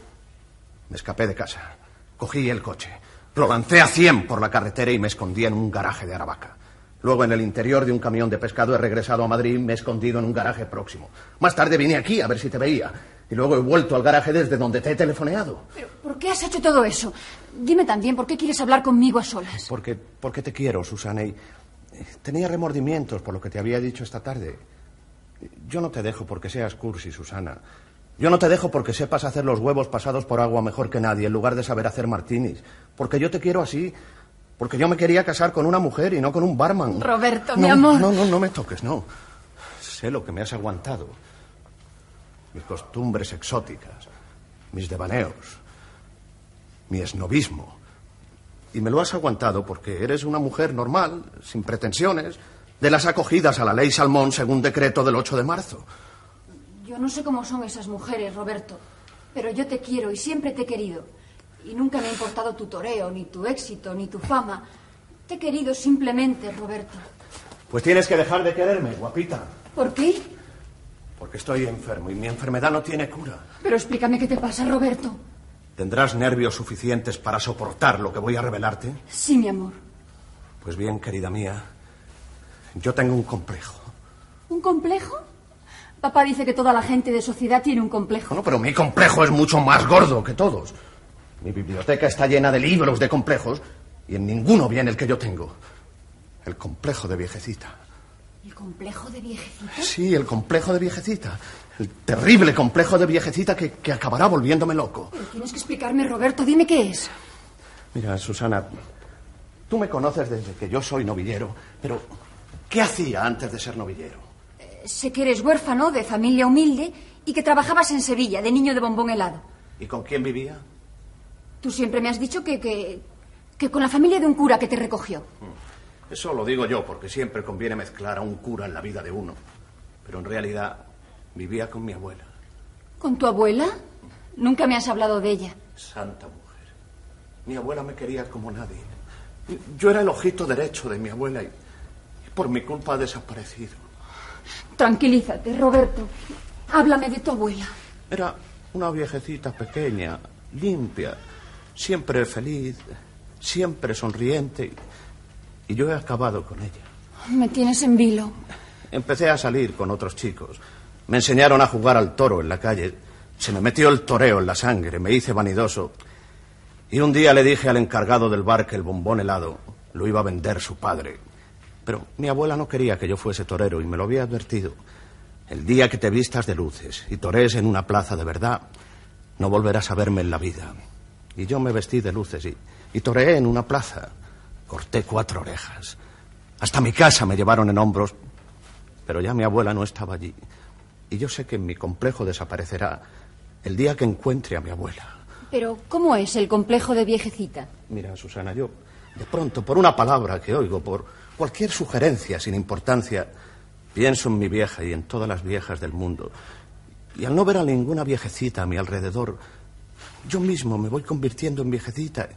Me escapé de casa. Cogí el coche. Lo lancé a 100 por la carretera y me escondí en un garaje de Aravaca. Luego, en el interior de un camión de pescado, he regresado a Madrid y me he escondido en un garaje próximo. Más tarde vine aquí a ver si te veía. Y luego he vuelto al garaje desde donde te he telefoneado.
¿Por qué has hecho todo eso? Dime también, ¿por qué quieres hablar conmigo a solas?
Porque, porque te quiero, Susana. Y eh, tenía remordimientos por lo que te había dicho esta tarde. Yo no te dejo porque seas cursi, Susana. Yo no te dejo porque sepas hacer los huevos pasados por agua mejor que nadie, en lugar de saber hacer martinis. Porque yo te quiero así. Porque yo me quería casar con una mujer y no con un barman.
Roberto,
No,
mi amor.
No, no, no me toques, no. Sé lo que me has aguantado. Mis costumbres exóticas, mis devaneos, mi esnovismo. Y me lo has aguantado porque eres una mujer normal, sin pretensiones, de las acogidas a la ley Salmón según decreto del 8 de marzo.
Yo no sé cómo son esas mujeres, Roberto, pero yo te quiero y siempre te he querido. Y nunca me ha importado tu toreo, ni tu éxito, ni tu fama. Te he querido simplemente, Roberto.
Pues tienes que dejar de quererme, guapita.
¿Por qué?
Porque estoy enfermo y mi enfermedad no tiene cura.
Pero explícame qué te pasa, Roberto.
¿Tendrás nervios suficientes para soportar lo que voy a revelarte?
Sí, mi amor.
Pues bien, querida mía, yo tengo un complejo.
¿Un complejo? Papá dice que toda la gente de sociedad tiene un complejo.
Bueno, pero mi complejo es mucho más gordo que todos. Mi biblioteca está llena de libros de complejos y en ninguno viene el que yo tengo. El complejo de viejecita.
¿El complejo de viejecita?
Sí, el complejo de viejecita. El terrible complejo de viejecita que, que acabará volviéndome loco.
Pero tienes que explicarme, Roberto. Dime qué es.
Mira, Susana, tú me conoces desde que yo soy novillero, pero ¿qué hacía antes de ser novillero?
Eh, Sé que eres huérfano, de familia humilde, y que trabajabas en Sevilla, de niño de bombón helado.
¿Y con quién vivía?
Tú siempre me has dicho que, que, que con la familia de un cura que te recogió.
Eso lo digo yo, porque siempre conviene mezclar a un cura en la vida de uno. Pero en realidad vivía con mi abuela,
¿Con tu abuela? Nunca me has hablado de ella.
santa mujer. Mi abuela me quería como nadie. Yo era el ojito derecho de mi abuela y, y por mi culpa ha desaparecido.
Tranquilízate, Roberto. Háblame de tu abuela.
Era una viejecita pequeña, limpia, siempre feliz, siempre sonriente. Y yo he acabado con ella.
Me tienes en vilo.
Empecé a salir con otros chicos. Me enseñaron a jugar al toro en la calle. Se me metió el toreo en la sangre, me hice vanidoso. Y un día le dije al encargado del bar que el bombón helado lo iba a vender su padre. Pero mi abuela no quería que yo fuese torero y me lo había advertido. El día que te vistas de luces y torees en una plaza de verdad, no volverás a verme en la vida. Y yo me vestí de luces y, y toreé en una plaza. Corté cuatro orejas. Hasta mi casa me llevaron en hombros. Pero ya mi abuela no estaba allí. Y yo sé que mi complejo desaparecerá el día que encuentre a mi abuela.
Pero, ¿cómo es el complejo de viejecita?
Mira, Susana, yo, de pronto, por una palabra que oigo, por cualquier sugerencia sin importancia, pienso en mi vieja y en todas las viejas del mundo. Y al no ver a ninguna viejecita a mi alrededor, yo mismo me voy convirtiendo en viejecita.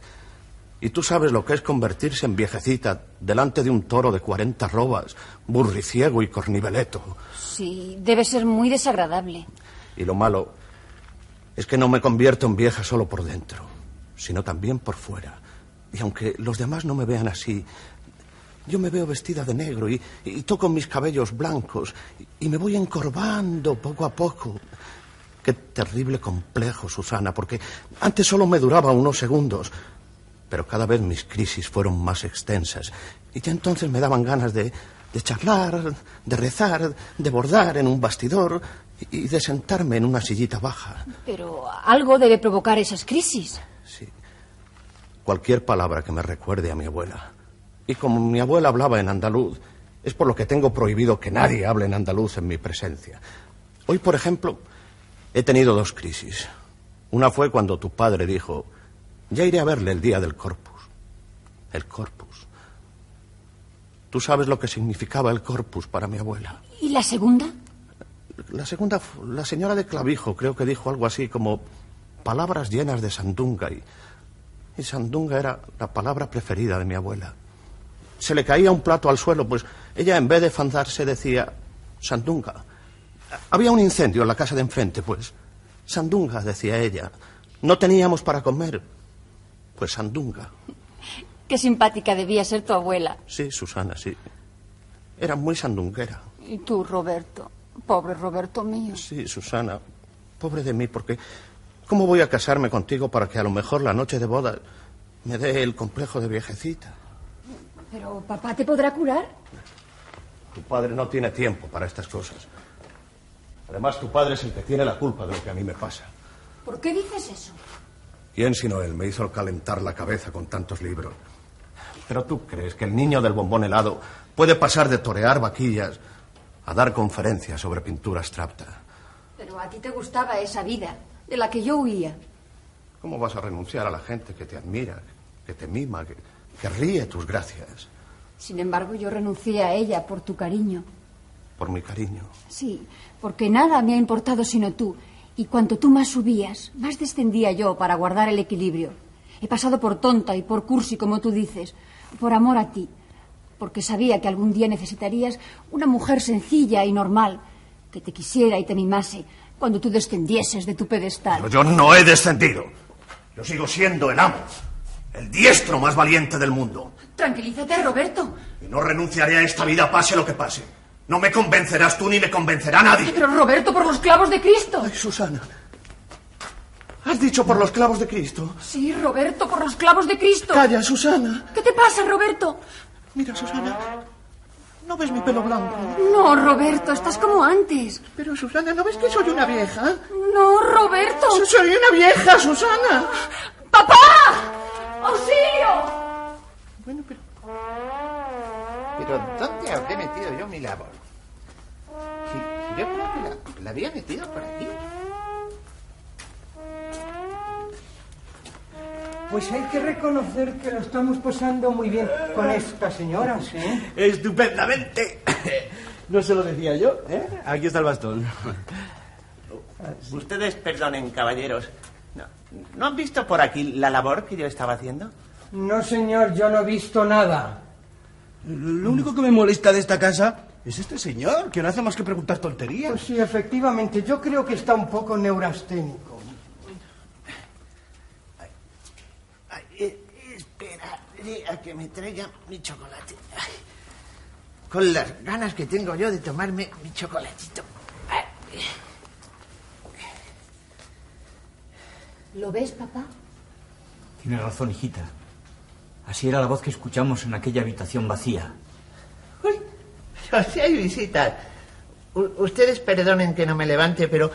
Y tú sabes lo que es convertirse en viejecita delante de un toro de 40 robas, burriciego y corniveleto.
Sí, debe ser muy desagradable.
Y lo malo es que no me convierto en vieja solo por dentro, sino también por fuera. Y aunque los demás no me vean así, yo me veo vestida de negro y, y toco mis cabellos blancos y, y me voy encorvando poco a poco. Qué terrible complejo, Susana, porque antes solo me duraba unos segundos, pero cada vez mis crisis fueron más extensas y ya entonces me daban ganas de, de charlar, de rezar, de bordar en un bastidor y de sentarme en una sillita baja.
Pero algo debe provocar esas crisis.
cualquier palabra que me recuerde a mi abuela. Y como mi abuela hablaba en andaluz, es por lo que tengo prohibido que nadie hable en andaluz en mi presencia. Hoy, por ejemplo, he tenido dos crisis. Una fue cuando tu padre dijo, ya iré a verle el día del corpus. El corpus. Tú sabes lo que significaba el corpus para mi abuela.
¿Y la segunda?
La segunda, fu- la señora de Clavijo creo que dijo algo así como palabras llenas de sandunga y, y sandunga era la palabra preferida de mi abuela. Se le caía un plato al suelo, pues ella en vez de fanzarse decía sandunga. Había un incendio en la casa de enfrente, pues sandunga, decía ella. No teníamos para comer, pues sandunga.
Qué simpática debía ser tu abuela.
Sí, Susana, sí. Era muy sandunguera.
Y tú, Roberto. Pobre Roberto mío.
Sí, Susana, pobre de mí, porque ¿cómo voy a casarme contigo para que a lo mejor la noche de boda me dé el complejo de viejecita?
Pero papá te podrá curar.
Tu padre no tiene tiempo para estas cosas. Además, tu padre es el que tiene la culpa de lo que a mí me pasa.
¿Por qué dices eso?
¿Quién sino él me hizo calentar la cabeza con tantos libros? Pero tú crees que el niño del bombón helado puede pasar de torear vaquillas a dar conferencias sobre pintura abstracta.
Pero a ti te gustaba esa vida, de la que yo huía.
¿Cómo vas a renunciar a la gente que te admira, que te mima, que, que ríe tus gracias
Sin embargo, yo renuncié a ella por tu cariño.
por mi cariño?
Sí, porque nada me ha importado sino tú. Y cuanto tú más subías, más descendía yo para guardar el equilibrio. He pasado por tonta y por cursi, como tú dices, por amor a ti, porque sabía que algún día necesitarías una mujer sencilla y normal, que te quisiera y te mimase cuando tú descendieses de tu pedestal.
Pero yo no he descendido. Yo sigo siendo el amo, el diestro más valiente del mundo.
Tranquilízate, Roberto.
Y no renunciaré a esta vida pase lo que pase. No me convencerás tú ni me convencerá nadie.
Pero Roberto, por los clavos de Cristo. Ay,
Susana. ¿Has dicho por los clavos de Cristo?
Sí, Roberto, por los clavos de Cristo.
Calla, Susana.
¿Qué te pasa, Roberto?
Mira, Susana. ¿No ves mi pelo blanco?
No, Roberto, estás como antes.
Pero, Susana, ¿no ves que soy una vieja?
No, Roberto.
Soy una vieja, Susana.
¡Papá! ¡Auxilio!
Pero ¿dónde habré metido yo mi labor? Sí, yo creo que la, la había metido por aquí.
Pues hay que reconocer que lo estamos pasando muy bien con
Ah.
estas señoras, ¿eh?
¡Estupendamente! No se lo decía yo, ¿eh? Aquí está el bastón.
Ustedes perdonen, caballeros. No, ¿No han visto por aquí la labor que yo estaba haciendo?
No, señor, yo no he visto nada.
Lo único que me molesta de esta casa es este señor, que no hace más que preguntar tonterías.
Pues sí, efectivamente, yo creo que está un poco neurasténico.
Ay, eh, espera, a que me traiga mi chocolate. Ay. con las ganas que tengo yo de tomarme mi chocolatito.
¿Lo ves, papá?
Tiene razón, hijita. Así era la voz que escuchamos en aquella habitación vacía.
Si hay visitas. U- ustedes perdonen que no me levante, pero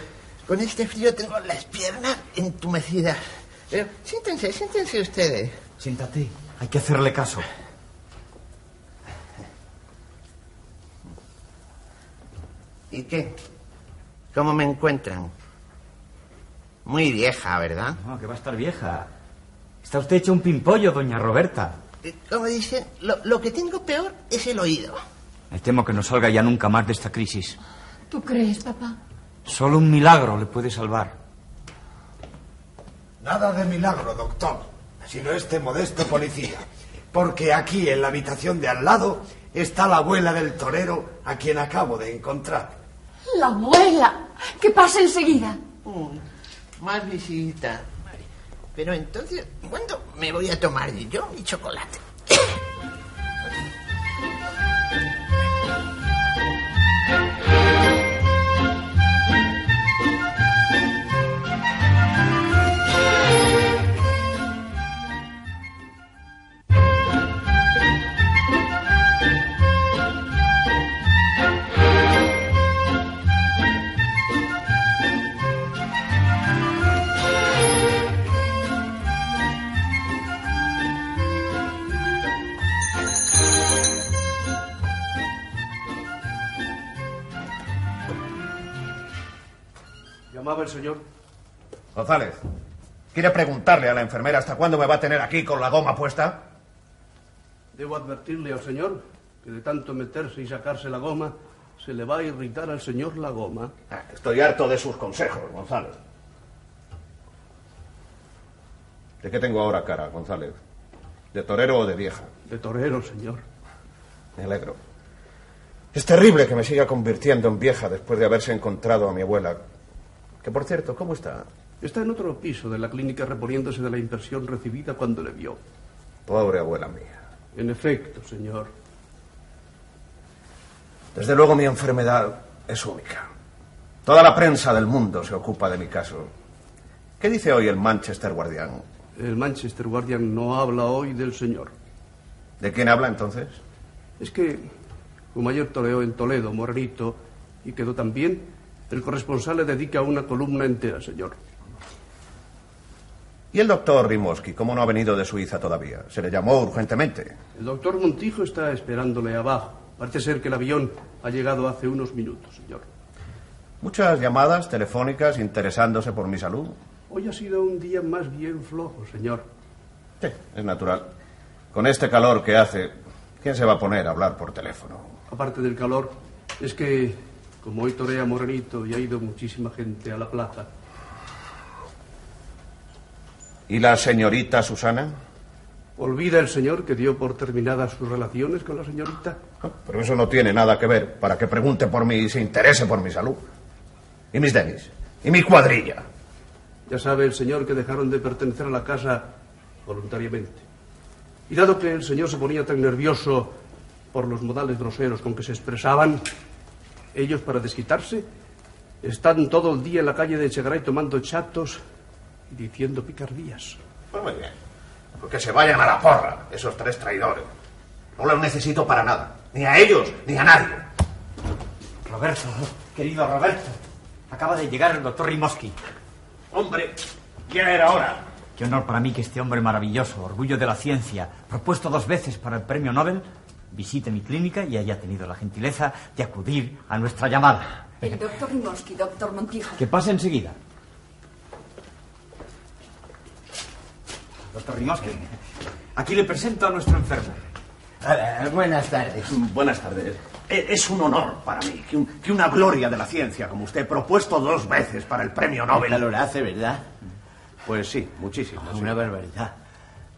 con este frío tengo las piernas entumecidas. Pero siéntense, siéntense ustedes.
Siéntate. Hay que hacerle caso.
¿Y qué? ¿Cómo me encuentran? Muy vieja, ¿verdad?
No, que va a estar vieja. Está usted hecho un pimpollo, doña Roberta.
Eh, Como dicen, lo, lo que tengo peor es el oído.
Me temo que no salga ya nunca más de esta crisis.
¿Tú crees, papá?
Solo un milagro le puede salvar.
Nada de milagro, doctor, sino este modesto policía. Porque aquí, en la habitación de al lado, está la abuela del torero a quien acabo de encontrar.
La abuela. Que pasa enseguida.
Más visita. Pero entonces, ¿cuándo me voy a tomar yo mi chocolate?
Llamaba el señor.
González, ¿quiere preguntarle a la enfermera hasta cuándo me va a tener aquí con la goma puesta?
Debo advertirle al señor que de tanto meterse y sacarse la goma, se le va a irritar al señor la goma.
Ah, Estoy harto de sus consejos, González. ¿De qué tengo ahora cara, González? ¿De torero o de vieja?
De torero, señor.
Me alegro. Es terrible que me siga convirtiendo en vieja después de haberse encontrado a mi abuela. Que por cierto, ¿cómo está?
Está en otro piso de la clínica reponiéndose de la impresión recibida cuando le vio.
Pobre abuela mía.
En efecto, señor.
Desde luego mi enfermedad es única. Toda la prensa del mundo se ocupa de mi caso. ¿Qué dice hoy el Manchester Guardian?
El Manchester Guardian no habla hoy del señor.
¿De quién habla entonces?
Es que, como ayer toreó en Toledo, Morenito, y quedó también, el corresponsal le dedica una columna entera, señor.
¿Y el doctor Rimoski? ¿Cómo no ha venido de Suiza todavía? Se le llamó urgentemente.
El doctor Montijo está esperándole abajo. Parece ser que el avión ha llegado hace unos minutos, señor.
Muchas llamadas telefónicas interesándose por mi salud.
Hoy ha sido un día más bien flojo, señor.
Es natural. Con este calor que hace, ¿quién se va a poner a hablar por teléfono?
Aparte del calor, es que como hoy torea Morenito y ha ido muchísima gente a la plaza,
¿Y la señorita Susana?
olvida el señor que dio por terminadas sus relaciones con la señorita.
Pero eso no tiene nada que ver para que pregunte por mí y se interese por mi salud. ¿Y mis denis? ¿Y mi cuadrilla?
Ya sabe el señor que dejaron de pertenecer a la casa voluntariamente. Y dado que el señor se ponía tan nervioso por los modales groseros con que se expresaban, ellos para desquitarse están todo el día en la calle de Echegaray tomando chatos y diciendo picardías.
Pues muy bien. Porque se vayan a la porra, esos tres traidores. No los necesito para nada. Ni a ellos, ni a nadie.
Roberto, querido Roberto. Acaba de llegar el doctor Rimoski.
Hombre, ya era hora.
Qué honor para mí que este hombre maravilloso, orgullo de la ciencia, propuesto dos veces para el premio Nobel, visite mi clínica y haya tenido la gentileza de acudir a nuestra llamada.
El doctor Rimoski, doctor Montijo.
Que pase enseguida. Doctor Rimoski, aquí le presento a nuestro enfermo.
Buenas tardes. Buenas tardes. E- Es un honor para mí que, un- que una gloria de la ciencia como usted, propuesto dos veces para el premio Nobel.
Lo hace, ¿verdad? Ah,
Pues sí, muchísimo. sí.
Una barbaridad.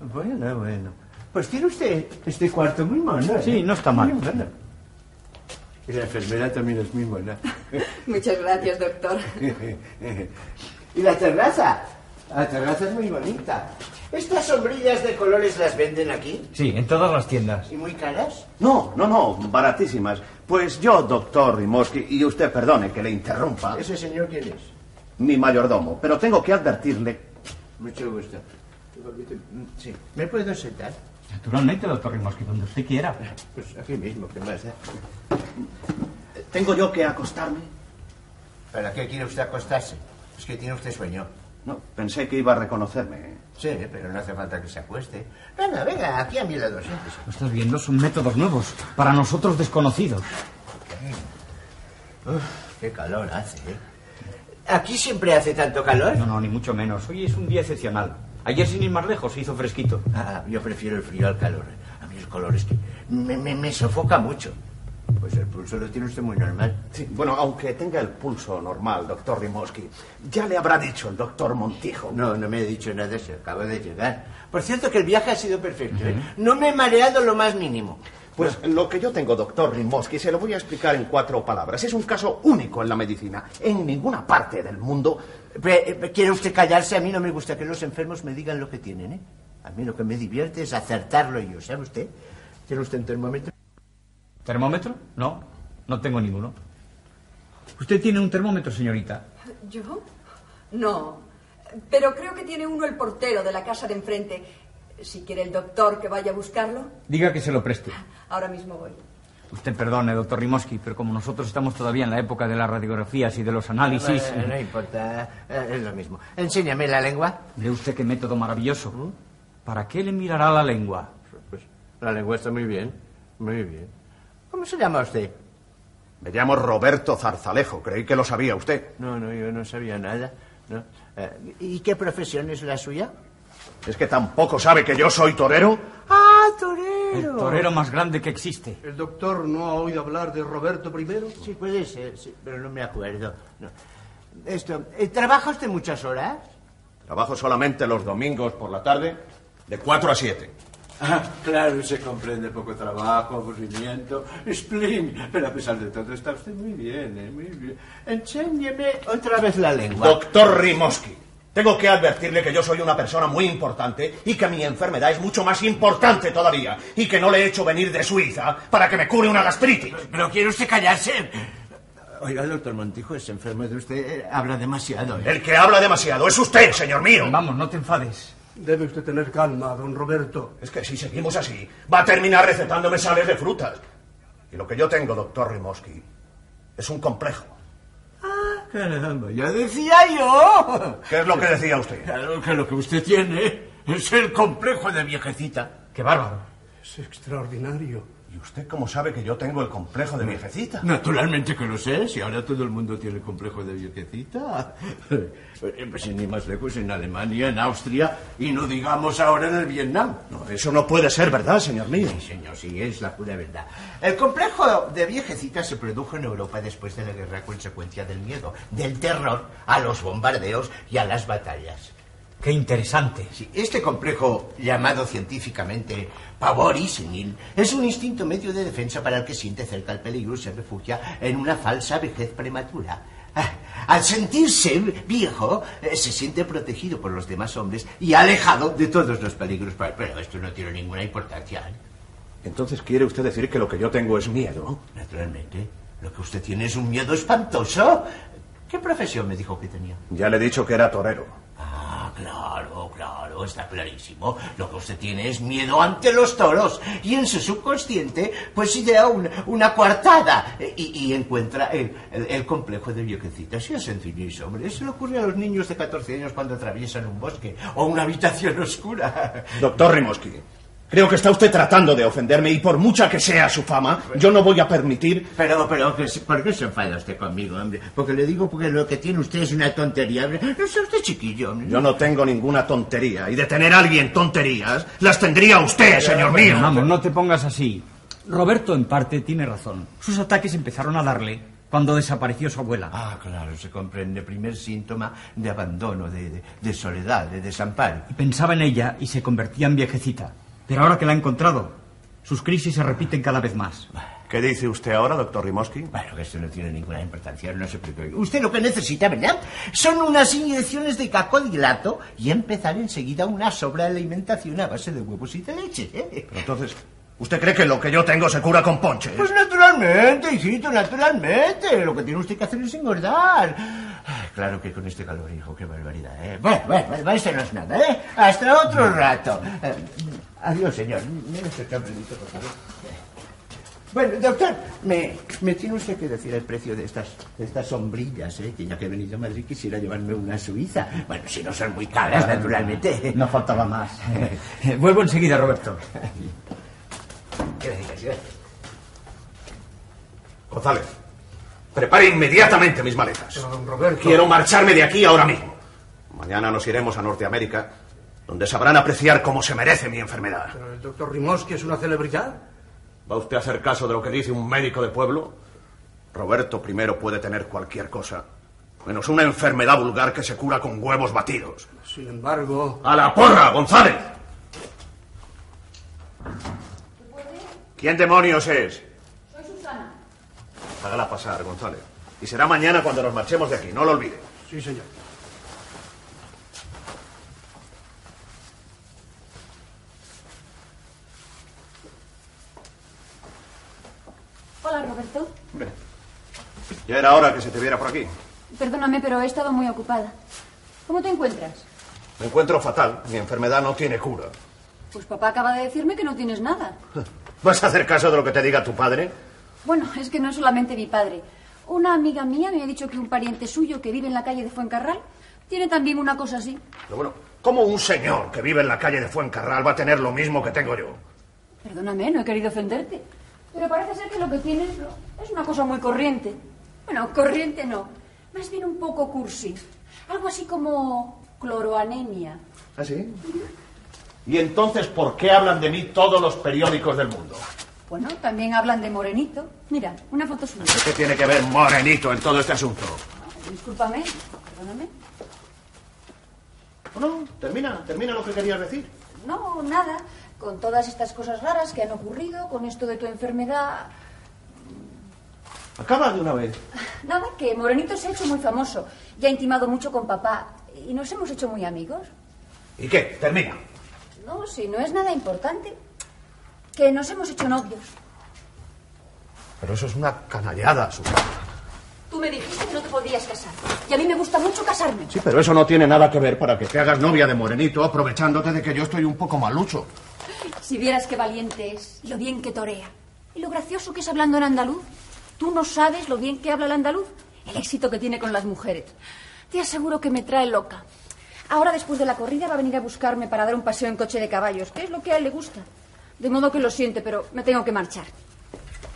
Bueno, bueno. Pues tiene usted este cuarto muy mono. ¿eh?
Sí, no está mal.
Muy mono. Y la enfermera también es muy mona.
Muchas gracias, doctor.
y la terraza. La terraza es muy bonita. ¿Estas sombrillas de colores las venden aquí?
Sí, en todas las tiendas.
¿Y muy caras?
No, no, no, baratísimas. Pues yo, doctor Rimoski, y usted perdone que le interrumpa,
¿Ese señor quién es?
mi mayordomo, pero tengo que advertirle.
Mucho gusto. mm, Sí. ¿Me puedo sentar?
Naturalmente, doctor Rimosky, donde usted quiera.
Pues aquí mismo, ¿qué más? eh? da? Mm,
¿Tengo yo que acostarme?
¿Para qué quiere usted acostarse? Es que tiene usted sueño.
No, pensé que iba a reconocerme.
Sí, pero no hace falta que se acueste. Venga, venga, aquí a mi lado, siéntese.
Lo estás viendo, son métodos nuevos, para nosotros desconocidos.
Uf, qué calor hace, ¿eh? ¿Aquí siempre hace tanto calor?
No, no, ni mucho menos. Hoy es un día excepcional. Ayer, sin ir más lejos, se hizo fresquito.
Ah, yo prefiero el frío al calor. A mí el color es que me, me- me sofoca mucho. Pues el pulso lo tiene usted muy normal.
Sí, bueno, aunque tenga el pulso normal, doctor Rimoski, ya le habrá dicho el doctor Montijo.
No, no me he dicho nada de eso. Acabo de llegar. Por cierto, que el viaje ha sido perfecto. ¿eh? No me he mareado lo más mínimo.
Pues lo que yo tengo, doctor Rimoski, se lo voy a explicar en cuatro palabras. Es un caso único en la medicina. En ninguna parte del mundo.
Pe- pe- ¿Quiere usted callarse? A mí no me gusta que los enfermos me digan lo que tienen, ¿eh? A mí lo que me divierte es acertarlo yo, ¿sabe usted? ¿Tiene usted un termómetro?
¿Termómetro? No, no tengo ninguno. ¿Usted tiene un termómetro, señorita?
¿Yo? No. Pero creo que tiene uno el portero de la casa de enfrente. Si quiere el doctor que vaya a buscarlo,
Diga que se lo preste.
ahora mismo voy.
Usted perdone, doctor Rimoski, pero como nosotros estamos todavía en la época de las radiografías y de los análisis...
Eh, no importa, eh, es lo mismo. Enséñame la lengua.
Mire usted qué método maravilloso. ¿Para qué le mirará la lengua?
Pues, La lengua está muy bien, muy bien. ¿Cómo se llama usted?
Me llamo Roberto Zarzalejo. Creí que lo sabía usted.
No, no, yo no sabía nada. no. Eh, ¿Y qué profesión es la suya?
Es que tampoco sabe que yo soy torero.
¡Ah, torero!
El torero más grande que existe.
¿El doctor no ha oído hablar de Roberto I?
Sí, puede ser, sí, pero no me acuerdo. no. Esto, eh, ¿trabaja usted muchas horas?
Trabajo solamente los domingos por la tarde, de 4 a 7.
Ah, claro, se comprende poco trabajo, aburrimiento. Spling, pero a pesar de todo está usted muy bien, ¿eh? muy bien.
Enséñeme otra vez la lengua.
Doctor Rimoski, tengo que advertirle que yo soy una persona muy importante y que mi enfermedad es mucho más importante todavía y que no le he hecho venir de Suiza para que me cure una gastritis.
¿Pero quiere usted callarse? Oiga, doctor Montijo, ese enfermo de usted eh, habla demasiado. ¿eh?
El que habla demasiado es usted, señor mío.
Vamos, no te enfades.
Debe usted tener calma, don Roberto.
Es que si seguimos así, va a terminar recetándome sales de frutas. Y lo que yo tengo, doctor Rimoski, es un complejo.
Caramba, ya decía yo.
¿Qué es lo que decía usted?
Claro que lo que usted tiene es el complejo de viejecita.
¡Qué bárbaro!
Es extraordinario.
¿Y usted cómo sabe que yo tengo el complejo de viejecita?
Naturalmente que lo sé, si ahora todo el mundo tiene el complejo de viejecita. Eh, Pues ni más lejos en Alemania, en Austria y no digamos ahora en el Vietnam.
No, eso no puede ser verdad, señor mío.
Sí, señor, sí, es la pura verdad. El complejo de viejecita se produjo en Europa después de la guerra a consecuencia del miedo, del terror, a los bombardeos y a las batallas.
¡Qué interesante!
Sí, este complejo, llamado científicamente pavor y senil, es un instinto medio de defensa para el que siente cerca el peligro y se refugia en una falsa vejez prematura. Ah, Al sentirse viejo, eh, se siente protegido por los demás hombres y alejado de todos los peligros. Pero- Pero esto no tiene ninguna importancia. ¿eh?
Entonces quiere usted decir que lo que yo tengo es miedo.
Naturalmente, lo que usted tiene es un miedo espantoso. ¿Qué profesión me dijo que tenía?
Ya le he dicho que era torero.
Ah, claro, claro, está clarísimo. Lo que usted tiene es miedo ante los toros. Y en su subconsciente, pues idea un- una coartada. eh, Y, y encuentra el, el- el complejo de viejecita. Sí, es sencillo y sobre. Eso le ocurre a los niños de 14 años cuando atraviesan un bosque o una habitación oscura.
Doctor Rimoski, creo que está usted tratando de ofenderme y por mucha que sea su fama, yo no voy a permitir...
Pero, pero, ¿qué se- ¿por qué se enfada usted conmigo, hombre? Porque le digo porque lo que tiene usted es una tontería, hombre. No sea usted chiquillo, hombre.
Yo no tengo ninguna tontería y de tener a alguien tonterías, las tendría usted, señor mío.
Vamos, no te pongas así. Roberto, en parte, tiene razón. Sus ataques empezaron a darle cuando desapareció su abuela.
Ah, claro, se comprende. Primer síntoma de abandono, de, de- de soledad, de desamparo.
Y pensaba en ella y se convertía en viejecita. Pero ahora que la ha encontrado, sus crisis se repiten cada vez más.
¿Qué dice usted ahora, doctor Rimosky?
Bueno, que esto no tiene ninguna importancia, no se preocupe. Usted lo que necesita, ¿verdad? Son unas inyecciones de cacodilato y empezar enseguida una sobrealimentación a base de huevos y de leche. ¿eh?
Entonces, ¿usted cree que lo que yo tengo se cura con ponches?
Pues naturalmente, hijito, naturalmente. Lo que tiene usted que hacer es engordar. Ay, Claro que con este calor, hijo, qué barbaridad, ¿eh? Bueno, bueno, bueno, esto no es nada, ¿eh? Hasta otro rato. Eh, Adiós, señor. Mira este tablerito, por favor. Bueno, doctor, me, me tiene usted que decir el precio de estas, de estas sombrillas, ¿eh? que ya que he venido a Madrid quisiera llevarme una a Suiza. Bueno, si no son muy caras, naturalmente.
Ah, No faltaba más. Vuelvo enseguida, Roberto.
Gracias, gracias.
González, prepare inmediatamente mis maletas.
Roberto.
Quiero marcharme de aquí ahora mismo. Mañana nos iremos a Norteamérica, donde sabrán apreciar cómo se merece mi enfermedad.
Pero el doctor Rimosky es una celebridad.
¿Va usted a hacer caso de lo que dice un médico de pueblo? Roberto I puede tener cualquier cosa, menos una enfermedad vulgar que se cura con huevos batidos.
Sin embargo.
¡A la porra, González! ¿Quién demonios es?
Soy Susana.
Hágala pasar, González. Y será mañana cuando nos marchemos de aquí, no lo olvide.
Sí, señor.
Hola, Roberto.
Ya era hora que se te viera por aquí.
Perdóname, pero he estado muy ocupada. ¿Cómo te encuentras?
Me encuentro fatal. Mi enfermedad no tiene cura.
Pues papá acaba de decirme que no tienes nada.
¿Vas a hacer caso de lo que te diga tu padre?
Bueno, es que no es solamente mi padre. Una amiga mía me ha dicho que un pariente suyo que vive en la calle de Fuencarral tiene también una cosa así.
Pero bueno, ¿cómo un señor que vive en la calle de Fuencarral va a tener lo mismo que tengo yo?
Perdóname, no he querido ofenderte. Pero parece ser que lo que tienes es una cosa muy corriente. Bueno, corriente no. Más bien un poco cursi. Algo así como cloroanemia.
¿Ah, sí? ¿Y entonces por qué hablan de mí todos los periódicos del mundo?
Bueno, también hablan de morenito. Mira, una foto suya.
¿Qué tiene que ver Morenito en todo este asunto?
Discúlpame, perdóname.
No, termina, termina lo que querías decir.
No, nada. Con todas estas cosas raras que han ocurrido, con esto de tu enfermedad,
Acaba de una vez.
nada, que Morenito se ha hecho muy famoso y ha intimado mucho con papá y nos hemos hecho muy amigos.
¿Y qué? Termina.
No, si no es nada importante, que nos hemos hecho novios.
Pero eso es una canallada, Susana.
Tú me dijiste que no te podías casar y a mí me gusta mucho casarme.
Sí, pero eso no tiene nada que ver para que te hagas novia de Morenito aprovechándote de que yo estoy un poco malucho.
Si vieras qué valiente es, lo bien que torea y lo gracioso que es hablando en andaluz. Tú no sabes lo bien que habla el andaluz, el éxito que tiene con las mujeres. Te aseguro que me trae loca. Ahora, después de la corrida, va a venir a buscarme para dar un paseo en coche de caballos, que es lo que a él le gusta. De modo que lo siente, pero me tengo que marchar.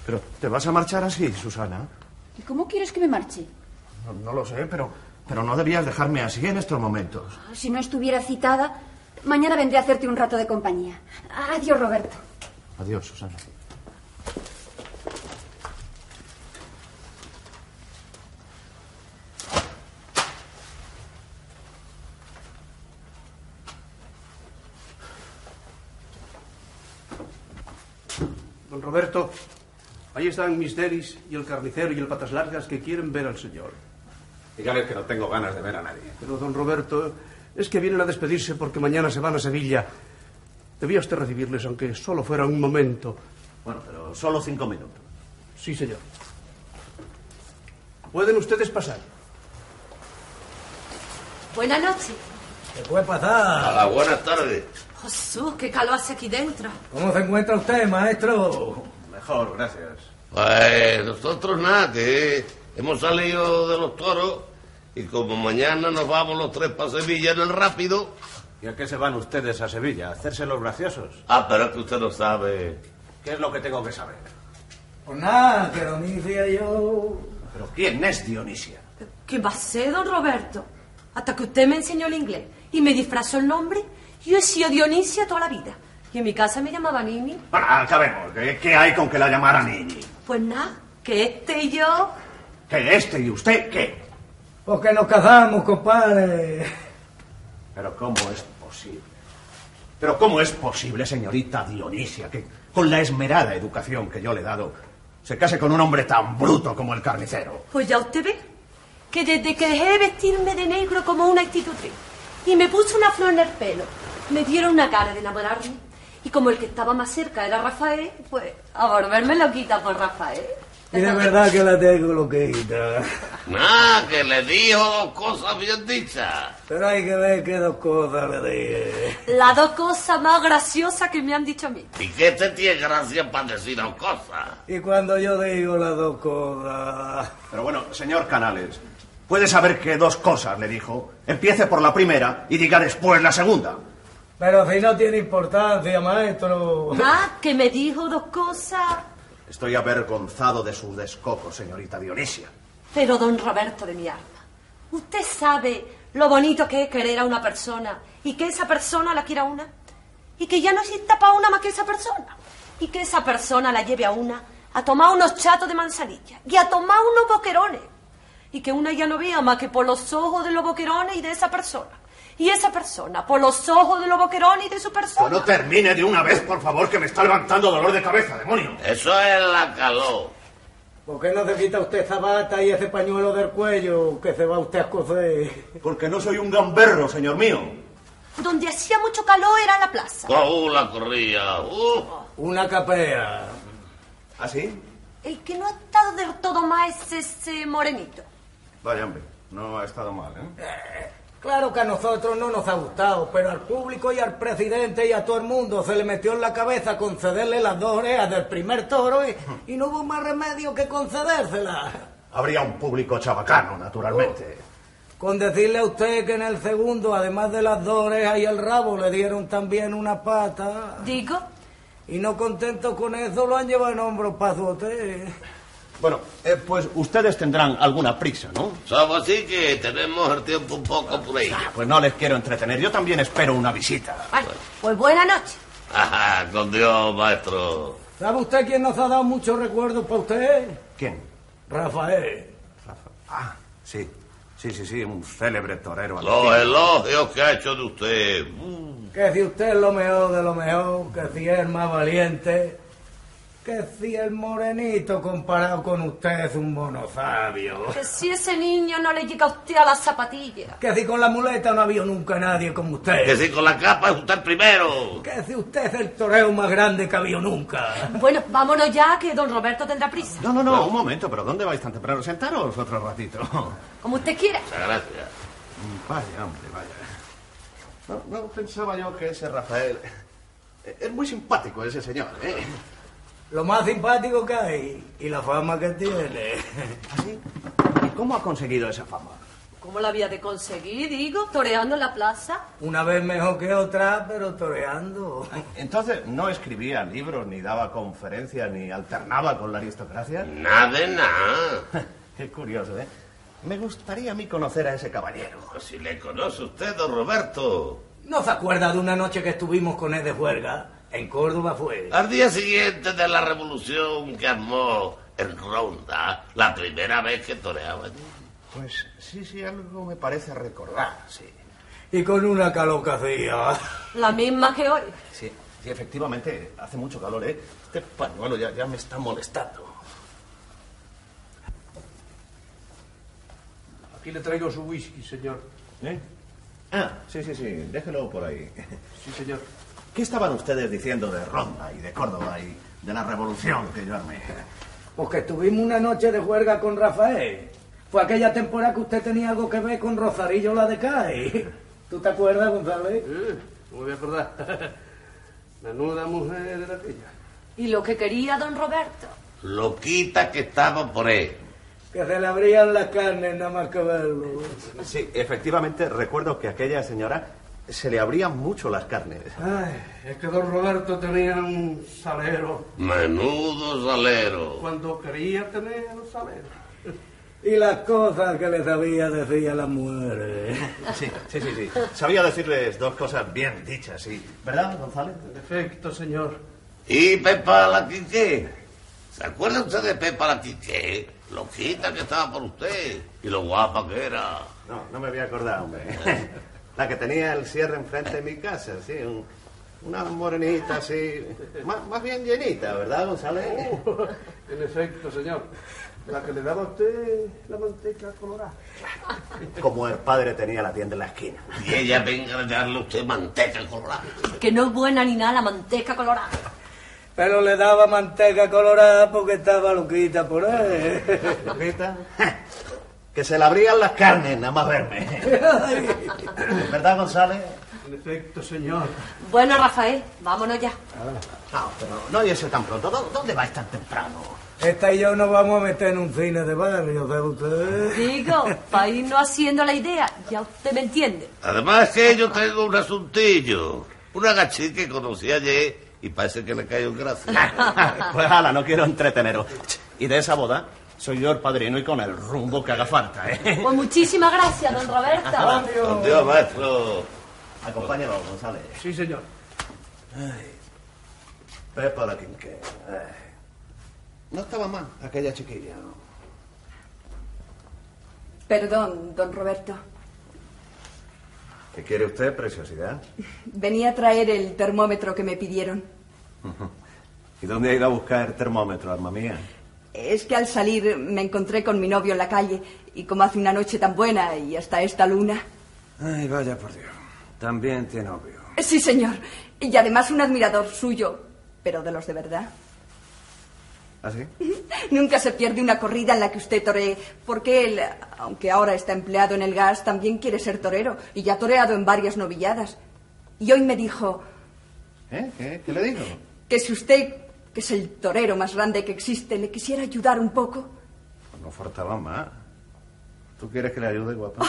Pero, ¿te vas a marchar así, Susana?
¿Y cómo quieres que me marche?
No, no lo sé, pero, pero no debías dejarme así en estos momentos.
Si no estuviera citada, mañana vendré a hacerte un rato de compañía. Adiós, Roberto.
Adiós, Susana.
Don Roberto, ahí están mis denis y el carnicero y el patas largas que quieren ver al señor.
Dígale que no tengo ganas de ver a nadie.
Pero, don Roberto, es que vienen a despedirse porque mañana se van a Sevilla. Debía usted recibirles, aunque solo fuera un momento.
Bueno, pero solo cinco minutos.
Sí, señor. Pueden ustedes pasar.
Buenas noches.
¿Qué puede pasar?
Hola, buenas tardes.
Jesús, qué calor hace aquí dentro.
¿Cómo se encuentra usted, maestro?
Mejor, gracias.
Pues nosotros nada, que hemos salido de los toros y como mañana nos vamos los tres para Sevilla en el rápido.
¿Y a qué se van ustedes a Sevilla? ¿A hacerse los graciosos?
Ah, pero es que usted no sabe.
¿Qué es lo que tengo que saber?
Pues nada, que Dionisia y yo...
¿Pero quién es Dionisia?
¿Qué va a ser, don Roberto? Hasta que usted me enseñó el inglés y me disfrazó el nombre, yo he sido Dionisia toda la vida. Y en mi casa me llamaba Nini.
Bueno, acabemos. ¿Qué, qué hay con que la llamara Nini?
Pues nada, que este y yo...
¿Que este y usted qué?
Porque nos casamos, compadre.
Pero ¿cómo es posible? Pero ¿cómo es posible, señorita Dionisia, que con la esmerada educación que yo le he dado, se case con un hombre tan bruto como el carnicero.
Pues ya usted ve que desde que dejé de vestirme de negro como una institutriz y me puse una flor en el pelo, me dieron una cara de enamorarme. Y como el que estaba más cerca era Rafael, pues a volverme loquita por Rafael.
Y de verdad que la tengo loquita.
Ah, que le dijo dos cosas bien dichas.
Pero hay que ver qué dos cosas le dije.
Las dos cosas más graciosas que me han dicho a mí.
¿Y qué te tiene gracia para decir dos cosas?
Y cuando yo digo las dos cosas...
Pero bueno, señor Canales, puede saber que dos cosas le dijo. Empiece por la primera y diga después la segunda.
Pero si no tiene importancia, maestro.
Ah, que me dijo dos cosas.
Estoy avergonzado de su descoco, señorita Dionisia.
Pero don Roberto de mi alma, ¿usted sabe lo bonito que es querer a una persona y que esa persona la quiera a una? Y que ya no exista para una más que esa persona. Y que esa persona la lleve a una a tomar unos chatos de manzanilla y a tomar unos boquerones. Y que una ya no vea más que por los ojos de los boquerones y de esa persona. Y esa persona por los ojos de los boquerones y de su persona.
No termine de una vez, por favor, que me está levantando dolor de cabeza, demonio.
Eso es la calor.
¿Por qué no se quita usted esa bata y ese pañuelo del cuello que se va usted a coser?
Porque no soy un gamberro, señor mío.
Donde hacía mucho calor era la plaza.
Cojú la corría. uh.
Una capea.
¿Ah, sí?
El que no ha estado del todo mal es ese morenito.
Vaya, hombre, no ha estado mal, ¿eh?
Claro que a nosotros no nos ha gustado, pero al público y al presidente y a todo el mundo se le metió en la cabeza concederle las dos orejas del primer toro y, y no hubo más remedio que concedérselas.
Habría un público chabacano, naturalmente.
Oh, Con decirle a usted que en el segundo, además de las dos orejas y el rabo, le dieron también una pata.
¿Digo?
Y no contento con eso, lo han llevado en hombros para su hotel.
Bueno, eh, pues ustedes tendrán alguna prisa, ¿no?
Somos así que tenemos el tiempo un poco por ahí.
Pues no les quiero entretener. Yo también espero una visita.
Ay, pues buena noche.
Ajá, con Dios, maestro.
¿Sabe usted quién nos ha dado muchos recuerdos para usted?
¿Quién?
Rafael.
Rafa- Ah, sí. Sí, sí, sí, un célebre torero.
Los
argentino.
elogios que ha hecho de usted.
Que si usted es lo mejor de lo mejor, que si es el más valiente, que si el morenito comparado con usted es un monosabio.
Que si ese niño no le llega a usted a las zapatillas.
Que si con la muleta no ha habido nunca nadie como usted.
Que si con la capa es usted el primero.
Que si usted es el toreo más grande que ha habido nunca.
Bueno, vámonos ya, que don Roberto tendrá prisa.
No, no, no, un momento, pero ¿dónde vais tan temprano? Sentaros otro ratito.
Como usted quiera.
Muchas gracias.
Vaya, hombre, vaya. No, no pensaba yo que ese Rafael. Es muy simpático ese señor, ¿eh?
Lo más simpático que hay y la fama que tiene.
¿Y cómo ha conseguido esa fama?
¿Cómo la había de conseguir, digo? Toreando en la plaza.
Una vez mejor que otra, pero toreando.
Entonces, ¿no escribía libros, ni daba conferencias, ni alternaba con la aristocracia?
Nada de nada.
Qué curioso, ¿eh? Me gustaría a mí conocer a ese caballero.
Pues Si le conoce usted, don Roberto.
¿No se acuerda de una noche que estuvimos con él de juerga? En Córdoba fue.
Al día siguiente de la revolución que armó en Ronda, la primera vez que toreaba allí.
Pues sí, sí, algo me parece recordar, sí.
Y con una calor que hacía.
La misma que hoy.
Sí, sí, efectivamente, hace mucho calor, ¿eh? Este pañuelo ya, ya me está molestando.
Aquí le traigo su whisky, señor.
¿Eh? Ah, sí, sí, sí, déjelo por ahí.
Sí, señor.
¿Qué estaban ustedes diciendo de Ronda y de Córdoba y de la revolución que yo armé?
Porque Pues estuvimos una noche de juerga con Rafael. Fue aquella temporada que usted tenía algo que ver con Rosarillo la de Cádiz. ¿Tú te acuerdas, González?
No me voy a acordar. Menuda mujer era aquella.
Y lo que quería don Roberto.
Loquita que estaba por él.
Que se le abrían las carnes nada más que verlo.
Sí, efectivamente, recuerdo que a aquella señora se le abrían mucho las carnes.
Ay, es que don Roberto tenía un salero.
Menudo salero.
Cuando quería tener un salero.
Y las cosas que le sabía decir a las mujeres.
Sí, sí, sí, sí. Sabía decirles dos cosas bien dichas, sí. ¿Verdad, González?
En efecto, señor.
¿Y Pepa la Quique? ¿Se acuerda usted de Pepa la Quique? Loquita que estaba por usted. Y lo guapa que era.
No, no me voy a acordar, hombre. La que tenía el cierre enfrente de mi casa, sí. Un, Una morenita así. Más, más bien llenita, ¿verdad, González?
Uh, En efecto, señor. La que le daba a usted Eh, la manteca colorada.
Como el padre tenía la tienda en la esquina.
Y ella venga a darle usted manteca colorada.
Que no es buena ni nada la manteca colorada.
Pero le daba manteca colorada porque estaba loquita por él.
¿Loquita? Que se le abrían las carnes, nada más verme. ¿Verdad, González?
En efecto, señor.
Bueno, Rafael, vámonos ya.
No, Ah, pero no hay eso tan pronto. ¿Dó- ¿Dónde vais tan temprano?
Esta y yo nos vamos a meter en un cine de barrio, ¿sabe usted?
Digo, para irnos haciendo la idea, ya usted me entiende.
Además que yo tengo un asuntillo. Una gachí que conocí ayer y parece que le cayó en gracia.
Pues ala, no quiero entreteneros. Y de esa boda, soy yo el padrino y con el rumbo que haga falta, ¿eh?
Pues muchísimas gracias, don Roberto.
Dios, maestro. Acompáñalo, González.
Sí, señor.
Pepa la quinquera. Ay. No estaba mal aquella chiquilla.
Perdón, don Roberto.
¿Qué quiere usted, preciosidad?
Venía a traer el termómetro que me pidieron.
¿Y dónde ha ido a buscar el termómetro, alma mía?
Es que al salir me encontré con mi novio en la calle y como hace una noche tan buena y hasta esta luna.
Ay, vaya por Dios. También tiene novio.
Sí, señor. Y además un admirador suyo, pero de los de verdad.
¿Ah, sí?
Nunca se pierde una corrida en la que usted toree, porque él, aunque ahora está empleado en el gas, también quiere ser torero y ya ha toreado en varias novilladas. Y hoy me dijo
¿Eh? ¿Qué, qué le digo?
que si usted, que es el torero más grande que existe, le quisiera ayudar un poco,
No faltaba más. ¿Tú quieres que le ayude, guapa?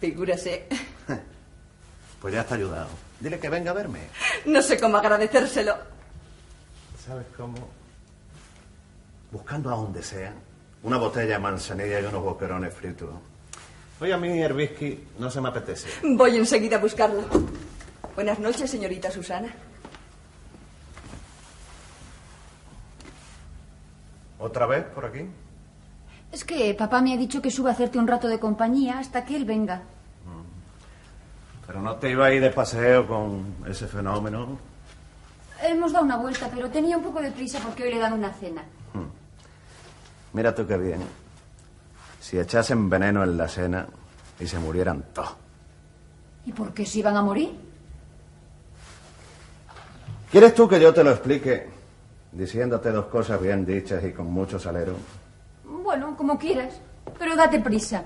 figúrese,
Pues ya está ayudado. Dile que venga a verme.
no sé cómo agradecérselo.
¿Sabes cómo? Buscando a donde sea. Una botella de manzanilla y unos boquerones fritos. Oye, a mí el whisky no se me apetece.
Voy enseguida a buscarlo. Buenas noches, señorita Susana.
¿Otra vez por aquí?
Es que papá me ha dicho que suba a hacerte un rato de compañía hasta que él venga.
Pero no te iba a ir de paseo con ese fenómeno.
Hemos dado una vuelta, pero tenía un poco de prisa porque hoy le dan una cena.
Mira tú qué bien. Si echasen veneno en la cena y se murieran todos.
¿Y por qué se iban a morir?
¿Quieres tú que yo te lo explique? Diciéndote dos cosas bien dichas y con mucho salero.
Bueno, como quieras, pero date prisa.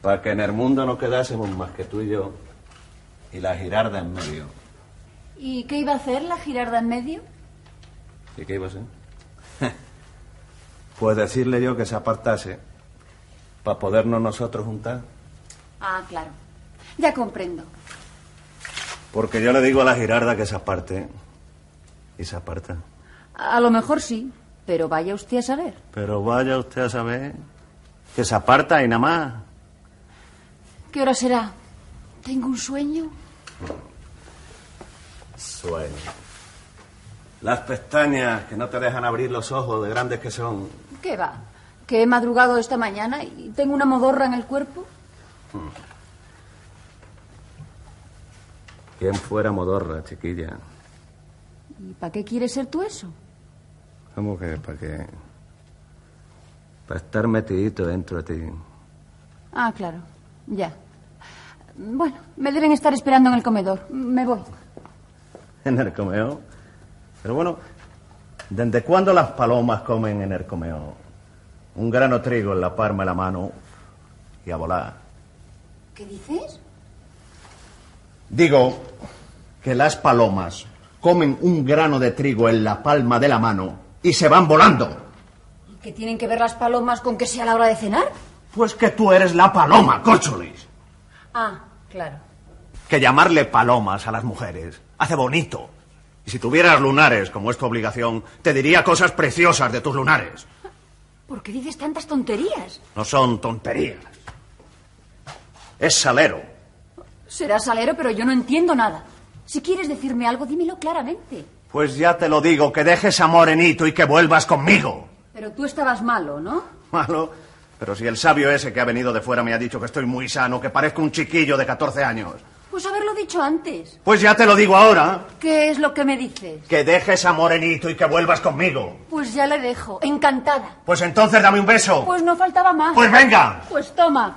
Para que en el mundo no quedásemos más que tú y yo y la girarda en medio.
¿Y qué iba a hacer la girarda en medio?
¿Y qué iba a hacer? Pues decirle yo que se apartase para podernos nosotros juntar.
Ah, claro. Ya comprendo.
Porque yo le digo a la girarda que se aparte. ¿eh? Y se aparta.
A lo mejor sí, pero vaya usted a saber.
Pero vaya usted a saber que se aparta y nada más.
¿Qué hora será? ¿Tengo un sueño?
Sueño. Las pestañas que no te dejan abrir los ojos de grandes que son.
¿Qué va? ¿Que he madrugado esta mañana y tengo una modorra en el cuerpo?
Hmm. ¿Quién fuera modorra, chiquilla?
¿Y para qué quieres ser tú eso?
¿Cómo que para qué? Para estar metidito dentro de ti.
Ah, claro. Ya. Bueno, me deben estar esperando en el comedor. Me voy.
En el comeo. Pero bueno, ¿desde cuándo las palomas comen en el comeo? Un grano de trigo en la palma de la mano y a volar.
¿Qué dices?
Digo que las palomas comen un grano de trigo en la palma de la mano y se van volando.
¿Y qué tienen que ver las palomas con que sea la hora de cenar?
Pues que tú eres la paloma, córcholis.
Ah, claro.
Que llamarle palomas a las mujeres hace bonito. Y si tuvieras lunares, como es tu obligación, te diría cosas preciosas de tus lunares.
¿Por qué dices tantas tonterías?
No son tonterías. Es salero.
Será salero, pero yo no entiendo nada. Si quieres decirme algo, dímelo claramente.
Pues ya te lo digo, que dejes a Morenito y que vuelvas conmigo.
Pero tú estabas malo, ¿no?
Malo. Pero si el sabio ese que ha venido de fuera me ha dicho que estoy muy sano, que parezco un chiquillo de 14 años.
Pues haberlo dicho antes.
Pues ya te lo digo ahora.
¿Qué es lo que me dices?
Que dejes a Morenito y que vuelvas conmigo.
Pues ya le dejo. Encantada.
Pues entonces dame un beso.
Pues no faltaba más.
Pues venga.
Pues toma.